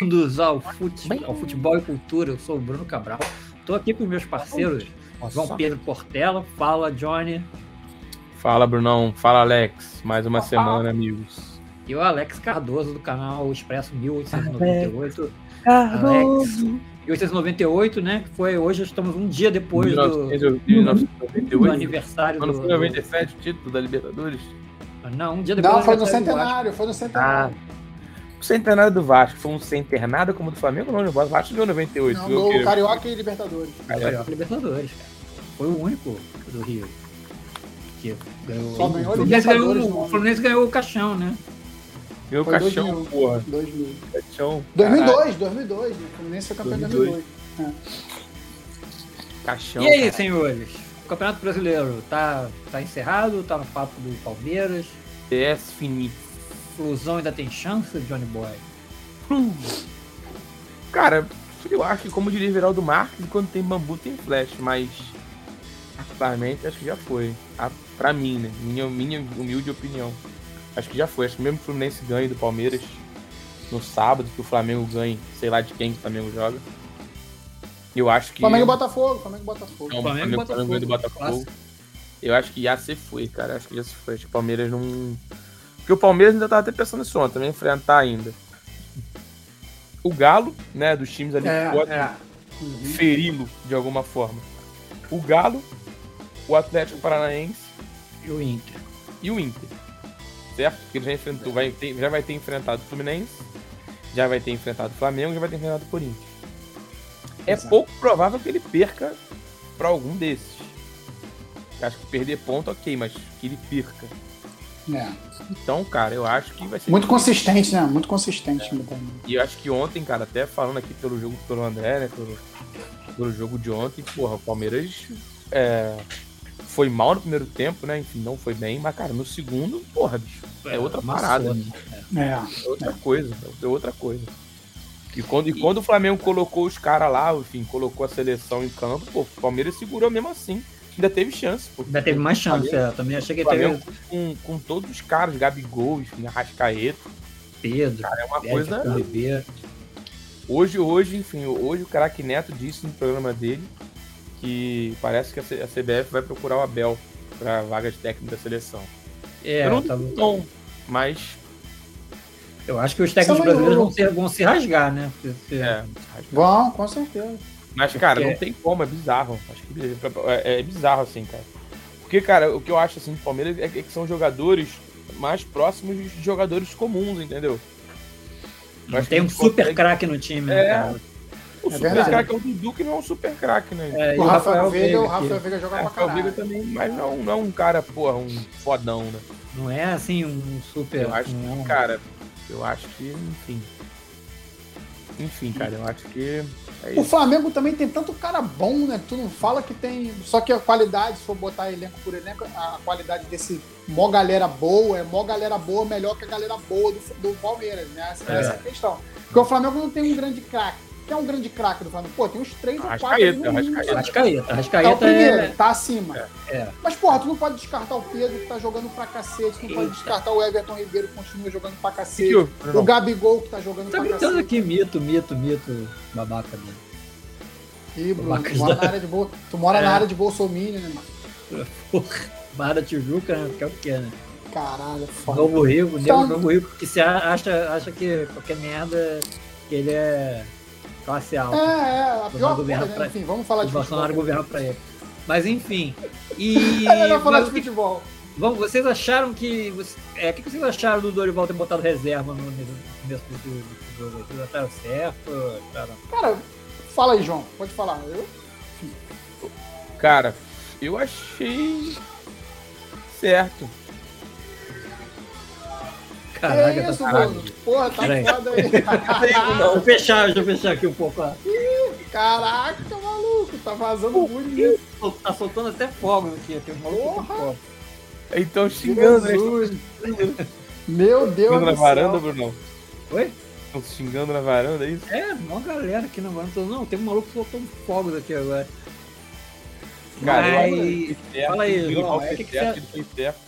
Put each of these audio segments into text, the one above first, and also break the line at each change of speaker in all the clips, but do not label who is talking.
Bem-vindos ao, fute... ao Futebol e Cultura. Eu sou o Bruno Cabral. Estou aqui com meus parceiros João Pedro Portela. Fala, Johnny.
Fala, Brunão. Fala, Alex. Mais uma semana, amigos.
E o Alex Cardoso, do canal Expresso 1898. Cardoso. Alex. 1898, né? Foi hoje, estamos um dia depois
1900,
do,
1998.
do aniversário
Quando
do.
foi 97 o título da Libertadores?
Não, um dia depois.
Não,
do
foi no
aniversário do Vasco.
centenário, foi no
Ah.
Ah,
centenário.
O centenário do Vasco foi um centenário como o do Flamengo? Não, o Vasco ganhou 98.
não,
ganhou o
do
quê?
Carioca e Libertadores.
Carioca Libertadores, cara. Foi o único do Rio. Que ganhou.
Só ganhou
o, Fluminense ganhou
Libertadores,
o
não.
Fluminense ganhou o caixão, né?
Ganhou o
Foi
caixão,
2000.
porra.
2000.
Caixão.
2002, 2002. né? O Fluminense foi campeão em
2002.
2002.
Caralho, Caixão.
e aí,
Então, cara.
senhores? O Campeonato Brasileiro tá, tá encerrado, tá no papo do Palmeiras.
PS finito.
Flusão ainda tem chance, Johnny Boy.
Cara, eu acho que, como diria Veraldo Marques, quando tem bambu tem flash, mas. Particularmente, acho que já foi. A, pra mim, né? Minha, minha humilde opinião. Acho que já foi. Acho que mesmo que o Fluminense ganhe do Palmeiras no sábado, que o Flamengo ganhe, sei lá de quem que o Flamengo joga. Eu acho que. é.
Flamengo e Botafogo, Flamengo e Botafogo.
Não, Flamengo, Flamengo, Flamengo do Botafogo. Eu acho que já se foi, cara. Acho que já se foi. Acho que o Palmeiras não. Porque o Palmeiras ainda tava até pensando nisso ontem, vai enfrentar ainda. O Galo, né, dos times ali
É,
É,
que podem feri-lo de alguma forma. O Galo, o Atlético Paranaense
E o Inter.
e o Inter. Certo? Porque ele já enfrentou, vai ter- já vai ter enfrentado o Fluminense, já vai ter enfrentado o Flamengo, já vai ter enfrentado o Corinthians. É
Exato.
pouco provável que ele perca pra algum desses. Acho que perder ponto, ok, mas que ele perca.
É.
Então, cara, eu acho que vai ser.
Muito consistente, né? Muito consistente. meu pai.
E eu acho que ontem, cara, até falando aqui pelo jogo pelo André, né? Pelo, pelo jogo de ontem, porra, o Palmeiras é, foi mal no primeiro tempo, né? Enfim, não foi bem, mas, cara, no segundo, porra, bicho, é outra
amassou,
parada.
né?
É.
É outra coisa, é outra coisa. E quando, e quando o Flamengo colocou os caras lá, enfim, colocou a seleção em campo, pô, o Palmeiras segurou mesmo assim. Ainda teve chance, pô.
Ainda teve mais chance,
Flamengo-
é. Também achei que teve
Flamengo com, com todos os caras, Gabigol, enfim, Arrascaeta,
Pedro,
é uma
Pérez,
coisa
Ribeiro.
Hoje, hoje, enfim, hoje o craque Neto disse no programa dele que parece que a C- a CBF vai procurar o Abel para vaga de técnico da seleção.
É,
eu não,
tá-
não, mas
eu acho que os técnicos
Só um
brasileiros
eu-
vão se, vão se rasgar, né? Se- se-
é,
Bom, com certeza.
mas cara,
Porque-
não tem como, é bizarro. Acho que é, é bizarro assim, cara. Porque cara, o que eu acho assim do Palmeiras é que é que são jogadores mais próximos de jogadores comuns, entendeu? Eu
Não
acho
tem
que
um
a gente
super
consegue-
craque no time,
É.
né, cara?
O
É
super
verdade.
craque é o Dudu que não é um super craque, né?
É, e
O Rafael Veiga, o
que
Rafael Veiga joga pra
É, Rafael Veiga
caralho.
também, mas não, não é um cara, porra, um fodão, né?
Não é assim um super.
Eu acho
um-
que, cara, eu acho que, enfim. Enfim, cara, eu acho que. É
O
isso.
Flamengo também tem tanto cara bom, né? Tu não fala que tem. Só que a qualidade, se for botar elenco por elenco, a qualidade desse mó galera boa é mó galera boa melhor que a galera boa do, do Palmeiras, né? Essa
É.
é. essa a questão. Porque o Flamengo não tem um grande craque. Quem é um grande craque do Flamengo? Pô, tem uns três ou quatro.
Arrascaeta,
no mínimo.
Arrascaeta.
Arrascaeta.
Tá o
Arrascaeta
primeiro,
é.
tá acima.
é.
Mas, porra, tu não pode descartar o Pedro, que tá jogando pra cacete. Tu não pode descartar o Everton Ribeiro, que continua jogando pra
Que que
cacete.
houve,
O
Bruno?
Gabigol, que tá
Tá
jogando pra
gritando
cacete.
aqui mito, mito, mito, babaca mesmo.
Ih, Bruno,
Marcos
tu mora
da-
na área de, Bol... tu mora
É.
na área de Bolsonaro, né, mano?
Barra da Tijuca, né? Que é o que é, né?
Caralho, é foda.
Novo Rio,
Então-
então... Novo Rio, que se a- acha, acha que qualquer merda, que ele é classe alta.
É, é, a pior
governo
coisa,
pra-
né? Enfim, vamos falar
o
de
Bolsonaro
futebol.
governa pra ele. Mas enfim. E.
É melhor falar
mas
de
o que-
futebol.
Bom, vocês acharam que. você- é, O que que vocês acharam do Dorival ter botado reserva no nesse- no começo desse desse jogo? Vocês acharam certo? Acharam...
Cara, fala aí, João. Pode falar. Eu-
Cara, eu achei. Certo.
Caralho,
é isso,
tá parado.
Bruno. Porra, tá
Peraí.
foda aí.
Não, vou fechar, deixa eu fechar aqui um pouco. ó.
Caraca, maluco. Tá vazando bonito.
Tá soltando até fogo aqui. Tem um maluco com
Porra.
fogo.
Então
um
xingando, né?
Jesus. Meu Deus
Xingando na
do céu.
varanda, Bruno.
Oi?
Estão se xingando na varanda, é isso?
É, mó galera aqui na varanda. Não, tem um maluco que soltou um fogo aqui agora.
Cara, eu acho que
Mas.
ele fez certo,
Fala aí,
o Dorival
João, é
fez
que que
certo,
você-
ele fez certo.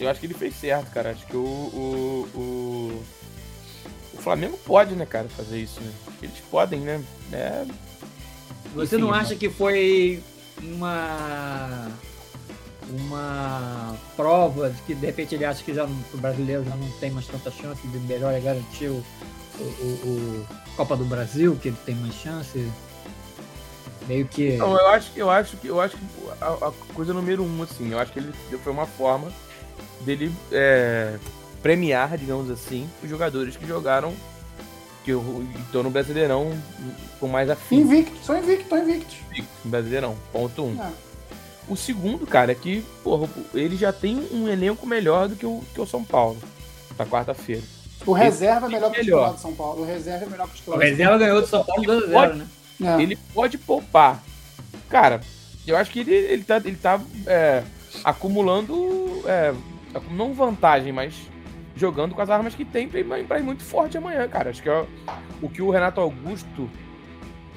Eu acho que ele fez certo, cara. Acho que o, o, o, o Flamengo pode, né, cara, fazer isso, né? Eles podem, né? É...
Você
Enfim,
não
mas-
acha que foi uma uma prova de que de repente ele acha que já não, o brasileiro já não tem mais tanta chance, de melhor é garantir o, o- o- o Copa do Brasil, que ele tem mais chance? Meio que.
Não, eu acho, eu acho que eu acho que a, a coisa número um, assim, eu acho que ele foi uma forma dele é, premiar, digamos assim, os jogadores que jogaram que eu- estão no Brasileirão com mais afim
Invicto, sou invicto, tô invicto.
no Brasileirão. Ponto um.
Ah,
O segundo, cara, é que porra, ele já tem um elenco melhor do que o, que o São Paulo pra quarta-feira.
O reserva é melhor que o
Melhor.
titular do São Paulo. O reserva é melhor que
O
o titular. do São
Reserva ganhou do São Paulo 2 a 0 né?
Paulo. É.
ele pode poupar. Cara, eu acho que ele, ele tá, ele tá é, acumulando. é, acu- não vantagem, mas jogando com as armas que tem pra ir, ma- pra ir muito forte amanhã, cara. Acho que é o que o Renato Augusto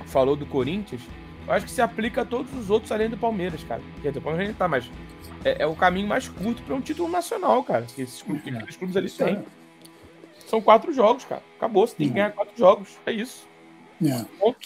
falou do Corinthians, eu acho que se aplica a todos os outros além do Palmeiras, cara. Quer dizer, o Palmeiras ainda tá, mas é, é o caminho mais curto pra um título nacional, cara. Que esses clubes, que aqueles clubes ali têm. São quatro jogos, cara. Acabou, você tem que ganhar quatro jogos. É isso.
É.
Ponto.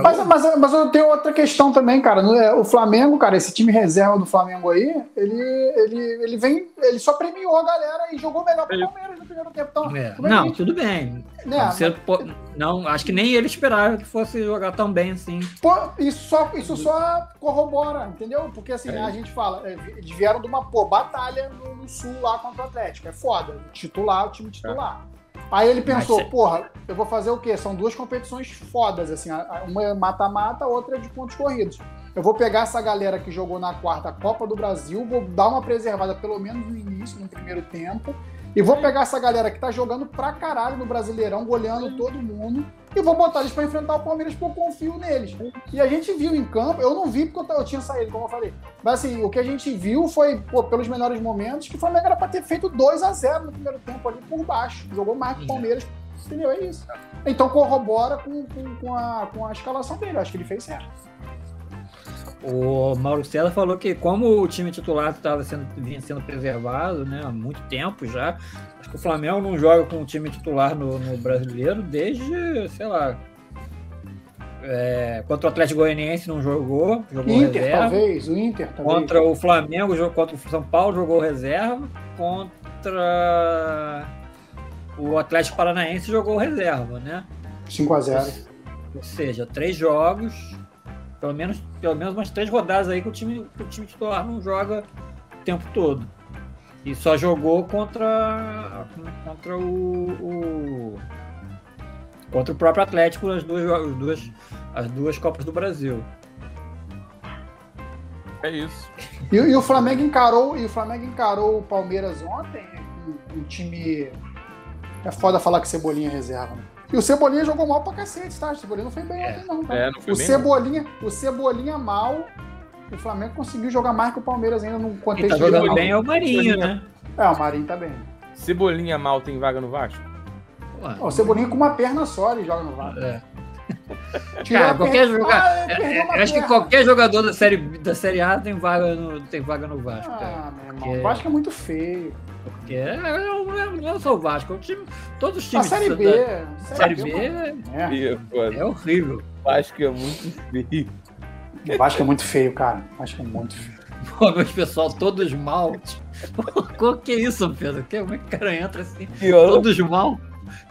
Mas, mas, mas eu tenho outra questão também, cara. No- é, O Flamengo, cara, esse time reserva do Flamengo aí, ele, ele, ele vem, ele só premiou a galera e jogou melhor pro Palmeiras no primeiro tempo. Então,
É.
como é
Não,
que-
tudo bem.
né,
Você po- não, acho que nem ele esperava que fosse jogar tão bem assim.
Pô, isso só, isso só corrobora, entendeu? Porque assim,
É.
a gente fala, é, eles vieram de uma pô, batalha no, no sul lá contra o Atlético. É foda. Titular, o time titular. Aí ele pensou,
Mas cê-
porra, eu vou fazer o quê? São duas competições fodas, assim. a- a- Uma é mata-mata, a outra é de pontos corridos. Eu vou pegar essa galera que jogou na quarta Copa do Brasil, vou dar uma preservada pelo menos no início, no primeiro tempo. E vou pegar essa galera que tá jogando pra caralho no Brasileirão, goleando todo mundo, e vou botar eles pra enfrentar o Palmeiras porque eu confio neles. E a gente viu em campo, eu não vi porque eu, ta- eu tinha saído, como eu falei. Mas assim, o que a gente viu foi, pô, pelos melhores momentos, que o Flamengo era pra ter feito 2 a 0 no primeiro tempo ali por baixo. Jogou mais que o Palmeiras, entendeu? É isso. Então corrobora com, com, com a, com a escalação dele, eu acho que ele fez certo.
O Mauro César falou que como o time titular estava sendo, vinha sendo preservado né, há muito tempo já, acho que o Flamengo não joga com o time titular no, no brasileiro desde, sei lá, é, contra o Atlético Goianiense não jogou, jogou
Inter,
reserva.
talvez, o Inter talvez.
um Contra o Flamengo, jogou contra o São Paulo, jogou reserva. Contra o Atlético Paranaense, jogou reserva, né?
5 a 0
Ou seja, três jogos, pelo menos, pelo menos umas três rodadas aí que o time, que o time titular não joga o tempo todo. E só jogou contra, contra o, o- contra o próprio Atlético nas duas, as duas, as duas Copas do Brasil.
É isso.
E, e o Flamengo encarou, e o Flamengo encarou o Palmeiras ontem, um, um time é foda falar que Cebolinha é reserva. né? E o Cebolinha jogou mal pra cacete, tá? O Cebolinha não foi bem
É.
ontem não, tá?
É, não foi
o
bem, não.
Cebolinha, o Cebolinha mal, o Flamengo conseguiu jogar mais que o Palmeiras ainda num
Quem
contexto
tá
de
jogando
mal.
bem é o Marinho, né?
É, o Marinho tá bem.
Cebolinha mal tem vaga no Vasco?
Ué.
Ó, O Cebolinha com uma perna só ele joga no VAR.
É.
Tirou
Cara,
a
qualquer
perna-
jogar-
Ah, ele
É,
perdeu uma
é, eu acho que
perna.
qualquer jogador da série, da série A tem vaga no, tem vaga no Vasco, cara.
Ah, meu irmão,
Porque-
o Vasco é muito feio.
Porque é, não é- não é só o Vasco, é o time, todos os
A
times
Ah, Série
da-
B,
da série B é-
é uma
Ih, pô,
é horrível.
Vasco é muito feio.
merda. O Vasco é muito feio, cara. O Vasco é muito feio.
Pô, meus pessoal, todos mal. Pô, que isso, Pedro? Que, como é que o cara entra assim?
Pior.
Todos mal?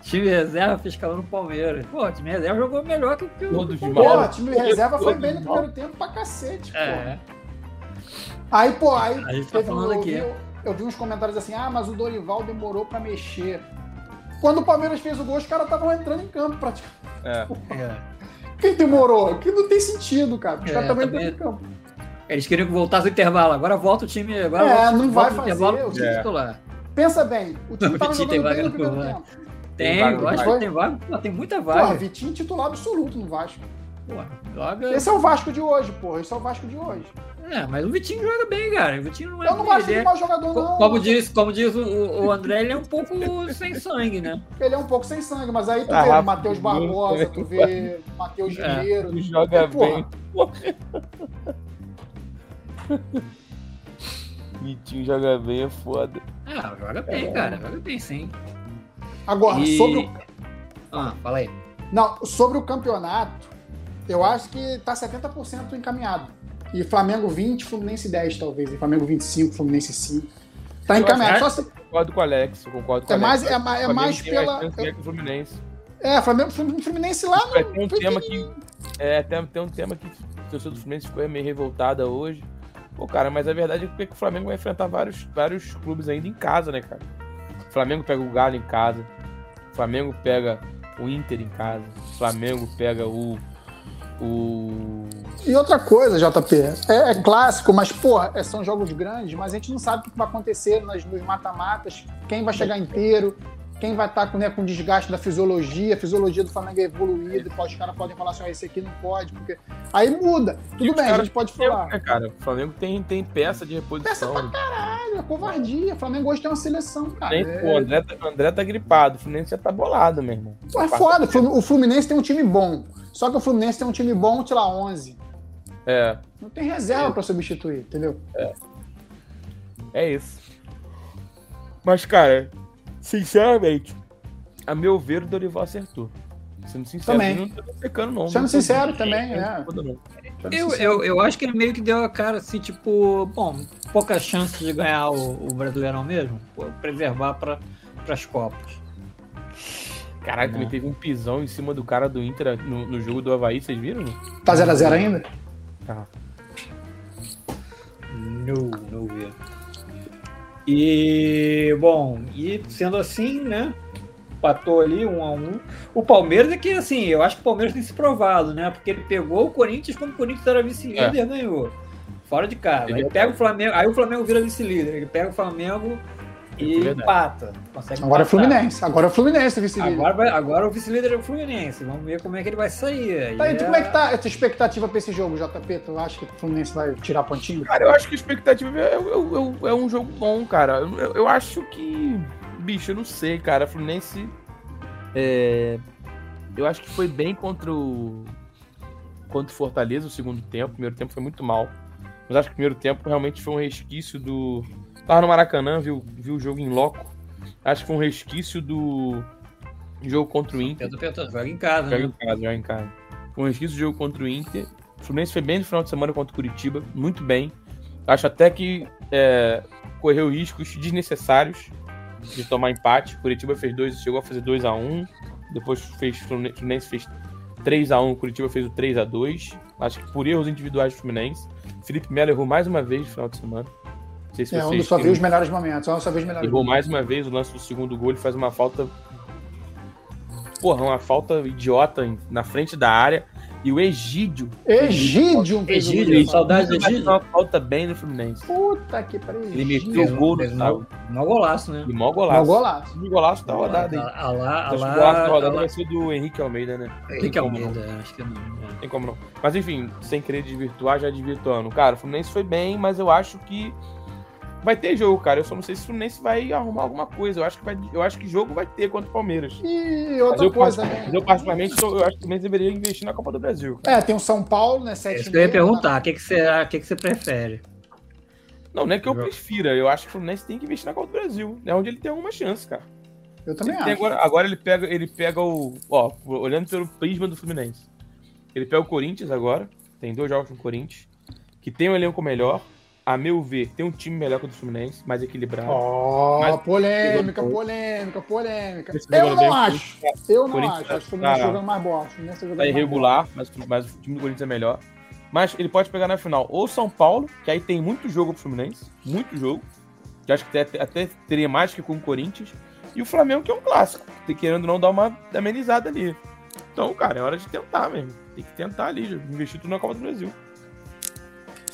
Time reserva fiscalando o Palmeiras. Pô, o time reserva jogou melhor que, que o.
Todos
que o
mal.
Pô,
Palmeiras.
o time reserva é foi bem no
Mal.
primeiro tempo pra cacete, pô.
É,
Aí, pô, aí
a gente tá
teve, um
falando
eu, vi,
aqui.
eu vi uns comentários assim, ah, mas o Dorival demorou pra mexer. Quando o Palmeiras fez o gol, os caras estavam entrando em campo praticamente.
É.
É.
Quem demorou? Que não tem sentido, cara. Os
É,
caras estavam
também-
entrando em campo.
Eles queriam que voltasse o intervalo. Agora volta o time. Agora
É,
volta, o-
não
volta
vai
o
fazer,
intervalo com
o
o time
time-
titular.
Pensa bem, o time
O
tava
Vitinho
jogando
tem
bem
vaga
no
no
primeiro
Vasco.
tempo.
Tem,
Tem vaga
eu
no
acho que
Vasco.
tem vaga. Pô, tem muita
Porra,
vaga.
Vitinho é titular absoluto no Vasco.
Pô, joga.
Esse é o Vasco de hoje, porra. Esse é o Vasco de hoje.
É, mas o Vitinho joga bem, cara. O Vitinho não é.
Eu não
ruim,
acho
ele
ele
é-
um mau jogador, não.
Co- Como diz, como diz o- o, o André, ele é um pouco sem sangue, né?
Ele é um pouco sem sangue, mas aí tu
Ah,
vê
Rafa,
o Matheus Barbosa, tu vê o Matheus
É.
Gineiro.
Ele joga
Porra.
bem. Vitinho joga bem, é foda.
Ah, joga bem, cara. Joga bem, sim.
Agora,
E-
É. sobre o
Ah, fala aí.
Não, sobre o campeonato, eu acho que tá 70% encaminhado. E Flamengo 20, Fluminense 10, talvez. E Flamengo 25, Fluminense 5. Tá
Eu
encaminhado.
acho-
Só se-
Concordo com o Alex, eu concordo com
É
o Alex.
mais- é mais- é
O Flamengo
mais
tem
pela-
chance de ganhar que o Fluminense.
É, Flamengo, Fluminense lá
Vai ter um
foi
tema que. É, tem, tem um tema que o torcedor do Fluminense ficou meio revoltada hoje. Pô, cara, mas a verdade é que o Flamengo vai enfrentar vários, vários clubes ainda em casa, né, cara? O Flamengo pega o Galo em casa. O Flamengo pega o Inter em casa. O Flamengo pega o. O.
E outra coisa, JP, é, é clássico, mas, porra, é- são jogos grandes, mas a gente não sabe o que vai acontecer nas, nos mata-matas, quem vai chegar inteiro, quem vai estar com, né, com desgaste da fisiologia, a fisiologia do Flamengo é evoluída, pode, os caras podem falar assim, ó, esse aqui não pode, porque... Aí muda.
E
Tudo
os
bem, a
caras
gente pode
Flamengo,
falar.
né, cara? O Flamengo tem, tem peça de reposição. né?
Caralho, é covardia. Flamengo hoje tem uma seleção, cara.
Nem- pô, o
É,
André, tá- o André tá gripado, o Fluminense já tá bolado, meu irmão.
pô, é foda. O Fluminense tem um time bom. Só que o Fluminense tem um time bom, sei lá, 11.
É,
Não tem reserva pra substituir, entendeu?
é isso. Mas, cara, sinceramente, a meu ver, o Dorival acertou. Sendo sincero,
Também.
eu não tô secando, não.
Sendo
Não tô-
sincero também,
não
é.
tô secando, não.
Eu, eu, eu acho que ele meio que deu a cara assim, tipo, bom, pouca chance de ganhar o, o Brasileirão mesmo, vou preservar para as Copas.
Caralho,
É.
também teve um pisão em cima do cara do Inter no, no jogo do Havaí, vocês viram?
Tá 0x0 ainda?
Tá.
Não, não vi. E, bom, e sendo assim, né? Empatou ali, um a um. O Palmeiras é que, assim, eu acho que o Palmeiras tem se provado, né? Porque ele pegou o Corinthians quando o Corinthians era vice-líder, ganhou. Fora de casa. Aí
É. Ele-
pega o Flamengo, aí o Flamengo vira vice-líder. Ele pega o Flamengo
É
e
verdade.
empata. Consegue
Agora é
empatar.
Fluminense. Agora é Fluminense, vice-líder.
Ah, tá. Agora, vai- agora o vice-líder é o Fluminense. Vamos ver como é que ele vai sair. Aí
Tá, e tu,
é-
como é que tá a tua expectativa pra esse jogo, JP? Tu acha que o Fluminense vai tirar pontinho?
Cara, eu acho que a expectativa é, é- é- é um jogo bom, cara. Eu, eu- eu acho que. Bicho, eu não sei, cara. Fluminense. é, eu acho que foi bem contra o. Contra o Fortaleza, o segundo tempo. O primeiro tempo foi muito mal. Mas acho que o primeiro tempo realmente foi um resquício do. Tava no Maracanã, viu, viu o jogo em loco. Acho que foi um resquício do. Jogo contra o Inter.
Pedro Petro joga em casa.
Joga
né?
em casa, joga em casa. Com resquício do jogo contra o Inter. O Fluminense foi bem no final de semana contra o Curitiba, muito bem. Acho até que é, correu riscos desnecessários de tomar empate. O Curitiba fez dois, chegou a fazer 2 a 1 Depois fez Flumine- Fluminense fez 3 a 1 o Curitiba fez o 3 a 2 Acho que por erros individuais do Fluminense. Felipe Melo errou mais uma vez no final de semana. Não sei se
É,
vocês
onde só vê
têm-
os melhores momentos. é um Onde só vê os melhores
Errou mais uma vez o lance do segundo gol, ele faz uma falta. Porra, uma falta idiota em- na frente da área. E o Egídio.
Egídio, fez o gol.
Egídio, saudade do
faz
Egídio.
uma falta bem no Fluminense.
Puta que pariu.
Ele meteu o gol no sábado.
Mó golaço, né?
E mó
Golaço.
golaço.
um golaço.
E golaço da rodada, Tá hein?
A tá lá, a
Acho que o golaço da
lá, a
rodada
lá.
vai ser do Henrique Almeida, né?
Henrique Almeida, acho que é
É,
não.
Tem como não. Mas enfim, sem querer desvirtuar, já desvirtuando. Cara, o Fluminense foi bem, mas eu acho que vai ter jogo, cara. Eu só não sei se o Fluminense vai arrumar alguma coisa. Eu acho que, vai, eu acho que jogo vai ter contra o Palmeiras.
E
Mas
outra
eu,
coisa,
mas
né?
eu particularmente, sou- eu acho que o Fluminense deveria investir na Copa do Brasil. cara.
É, tem o São Paulo, né?
É
7
isso que eu ia perguntar, o que, que, será, o que, que você prefere?
Não, não é que eu
Exato.
prefira. Eu acho que o Fluminense tem que investir na Copa do Brasil. É onde ele tem alguma chance, cara.
Eu também
Ele tem
acho.
agora, agora ele pega, ele pega o. Ó, olhando pelo prisma do Fluminense. Ele pega o Corinthians agora. Tem dois jogos com o Corinthians. Que tem um elenco melhor. A meu ver, tem um time melhor que o do Fluminense, mais equilibrado.
Ó,
Mas-
polêmica, polêmica, polêmica.
Esse
Eu
jogador
não
bem-
acho. Eu não acho.
Corinthians
Acho que o
tá-
Fluminense jogando mais bola. acho que o Fluminense tá jogando
tá
mais
irregular, mas, mas o time do Corinthians é melhor. Mas ele pode pegar na final ou São Paulo, que aí tem muito jogo pro Fluminense, muito jogo. Que acho que até, até teria mais que com o Corinthians. E o Flamengo, que é um clássico. Tem querendo não dar uma amenizada ali. Então, cara, é hora de tentar mesmo. Tem que tentar ali, já investir tudo na Copa do Brasil.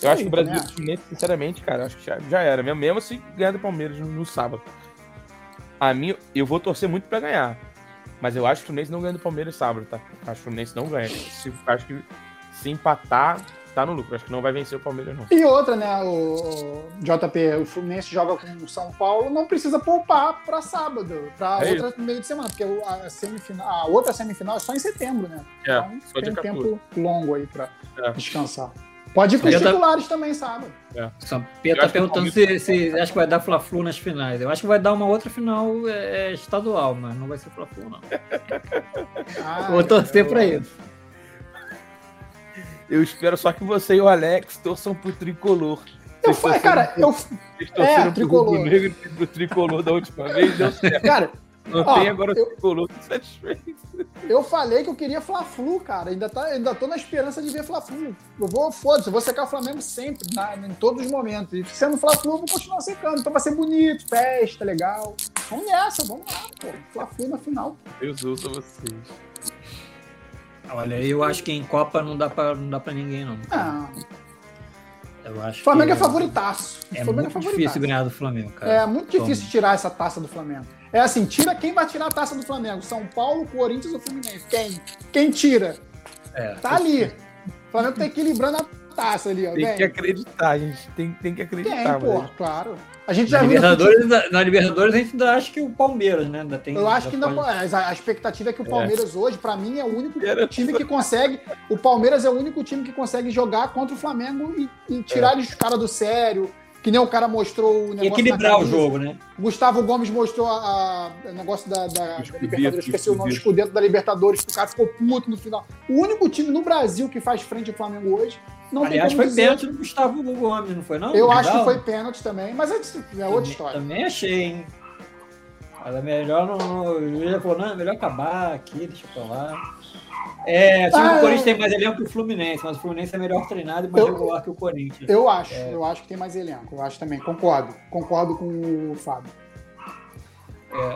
Eu acho que o
também
Brasil,
acho.
Fluminense, sinceramente, cara, eu acho que já, já era. Mesmo, mesmo se ganhar do Palmeiras no, no sábado. A mim, eu vou torcer muito pra ganhar. Mas eu acho que o Fluminense não ganha do Palmeiras sábado, tá? Acho que o Fluminense não ganha. Se, acho que se empatar, tá no lucro. Acho que não vai vencer o Palmeiras, não.
E outra, né, o o JP, o Fluminense joga com o São Paulo, não precisa poupar pra sábado, pra
É
outra meio de semana, porque o- a, semifinal, a outra semifinal é só em setembro, né?
É, só
tem
dia
um
14.
tempo longo aí pra
É.
descansar. Pode ir com os
Eu tava-
titulares também, sabe?
São
Eu
Pedro tá
acho que o
perguntando se,
Palmeiras-
se acha que vai dar Fla-Flu nas finais. Eu acho que vai dar uma outra final é, é, estadual, mas não vai ser Fla-Flu, não.
Ah,
Vou torcer
eu-
pra isso.
Eu espero só que você e o Alex torçam pro tricolor.
Eu
Vocês
falei,
torceram-
cara,
um-
eu,
vocês torceram pro
É, tricolor.
rubro negro e pro tricolor da última vez, deu certo.
cara,
Não
Ó,
tem agora
eu-
o tricolor tô satisfeito.
eu falei que eu queria Fla-Flu, cara. Ainda, tá, ainda tô na esperança de ver Fla-Flu. Eu vou, foda-se, eu vou secar o Flamengo sempre, na- em todos os momentos. E sendo Fla-Flu, eu vou continuar secando. Então vai ser bonito, festa, legal. Vamos nessa, vamos lá, pô. Fla-Flu na final.
Eu sou vocês.
Olha, eu acho que em Copa não dá pra, não dá pra ninguém, não.
Ah,
Eu acho
o Flamengo é
que
favoritaço. O
É
Flamengo
muito difícil ganhar do Flamengo, cara.
É muito
Toma.
difícil tirar essa taça do Flamengo. É assim, tira quem vai tirar a taça do Flamengo? São Paulo, Corinthians ou Fluminense? Quem? Quem tira?
É.
Tá ali. O Flamengo tá equilibrando a taça ali, ó.
Tem que
Vem.
acreditar, gente. Tem, tem que
Tem,
acreditar,
pô,
mano.
claro. A gente já
Na
viu. no
Libertadores, na, na Libertadores a gente ainda acha que o Palmeiras, né? Ainda tem,
futebol- Eu acho que
ainda
ainda.
pode-
A a expectativa é que o Palmeiras hoje, pra mim, é o único
Era-
time que consegue. O Palmeiras é o único time que consegue jogar contra o Flamengo e, e
É.
tirar eles os caras do sério. Que nem o cara mostrou o negócio. na
equilibrar o
camisa.
jogo, né?
Gustavo Gomes mostrou a, a- o negócio da, da- da
Escudeto,
Libertadores, esqueci o nome,
escudeto.
escudeto da Libertadores, que o cara ficou puto no final. O único time no Brasil que faz frente ao Flamengo hoje, não
Aliás,
tem como
foi
dizer.
pênalti do Gustavo Gomes, não foi, não?
Eu
Não
acho que
dá?
foi pênalti também, mas é, é outra
Também-
história.
Também achei, hein? Mas é melhor não. não- o juiz já falou, não, é melhor acabar aqui, deixa pra lá. É, o time
Ah,
do Corinthians
eu-
tem mais elenco que o Fluminense, mas o Fluminense é melhor treinado e mais
Eu-
regular que o Corinthians.
Eu acho, eu acho que tem mais elenco, eu acho também, concordo. Concordo com o Fábio.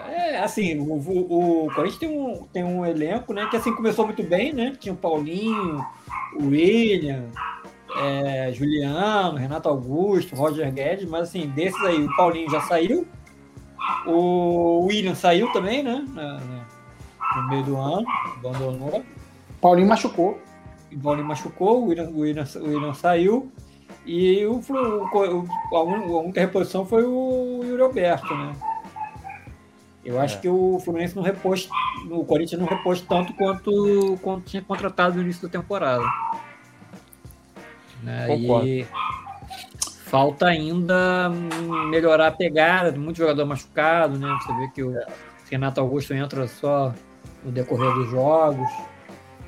É, é, assim, o, o- o Corinthians tem um, tem um elenco, né? Que assim começou muito bem, né? Tinha o Paulinho, o William, é, Juliano, Renato Augusto, Roger Guedes, mas assim, desses aí, o Paulinho já saiu, o William saiu também, né? na- na- no meio do ano, abandonou.
Paulinho machucou.
O Paulinho machucou, o William, o William, o William saiu. E o, Flu- o Co- o- a un- a única reposição foi o Yuri Alberto, né? Eu acho
É.
que o Fluminense não repôs, o Corinthians não repôs tanto quanto, quanto tinha contratado no início da temporada. Né,
Concordo.
E falta ainda hum, melhorar a pegada, muito jogador machucado, né? Você vê que o Renato Augusto entra só no decorrer dos jogos.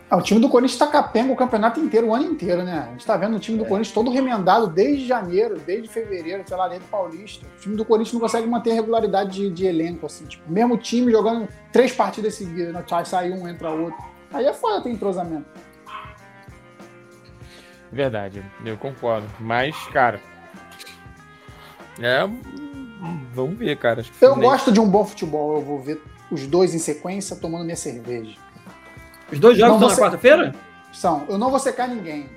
Ah, o time do Corinthians tá capenga o campeonato inteiro, o ano inteiro, né? A gente tá vendo o time do Corinthians todo remendado desde janeiro, desde fevereiro, sei lá, dentro paulista. O time do Corinthians não consegue manter a regularidade de, de elenco, assim, tipo, mesmo time jogando três partidas seguidas, né? Sai- sai um, entra outro. Aí é foda ter entrosamento.
Verdade, eu concordo. Mas, cara. É. hum, Vamos ver, cara. Acho que
Então
Eu
Fluminense-
gosto de um bom futebol, eu vou ver os dois em sequência tomando minha cerveja.
Os dois jogos
Não,
são
você-
na quarta-feira?
São, eu não vou secar ninguém.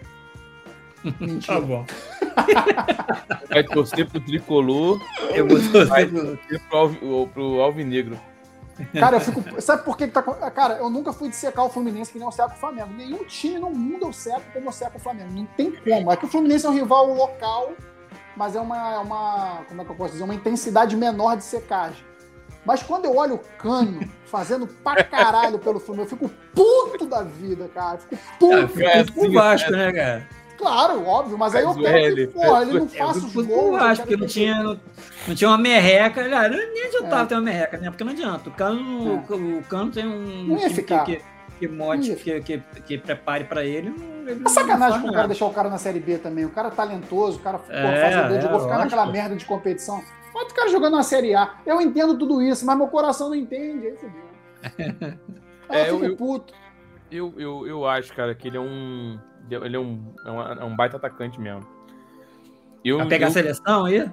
Mentira.
bom.
Vai torcer pro tricolor
Eu vou
Vai.
torcer.
e pro, alvi, o- pro alvinegro.
Cara, eu fico. Sabe por que, que tá. co- Cara, eu nunca fui de secar o Fluminense que nem eu seco o Flamengo. Nenhum time no mundo eu seco como eu seco o Flamengo. Não tem como. É que o Fluminense é um rival local, mas é uma. é uma como é que eu posso dizer? Uma intensidade menor de secagem. Mas quando eu olho o Cânio fazendo pra caralho pelo Fluminense, eu fico puto da vida, cara. Eu fico puto.
É,
Fica pro
sim,
Vasco, né, cara?
Claro, óbvio, mas aí eu
Faz o
quero que,
L,
porra,
faz
ele
o
não
L. É,
faça os
Fui
gols.
pro
eu
Vasco,
quero
porque não
que-
tinha, não, não tinha uma merreca. Ele, ah, não- nem adiantava
É.
ter uma merreca, né? Porque não adianta. O Cano, o Cano tem um
Não ia
time
ficar.
que, que, que mote,
Não ia
que, que, que prepare pra ele. não- ele
É
não
sacanagem
faz
pro
nada.
cara deixar o cara na Série B também. O cara é talentoso, o cara pô,
É,
faz o gol de
é,
gol, ficar naquela
lógico.
merda de competição. Mas o cara jogando na Série A. Eu entendo tudo isso, mas meu coração não entende. Aí fudeu. Aí
É,
eu
eu-
fico
eu-
puto.
Eu, eu, eu acho, cara, que ele é um. Ele é um, é um, é um baita atacante mesmo. Eu,
Vai pegar
eu,
a seleção aí?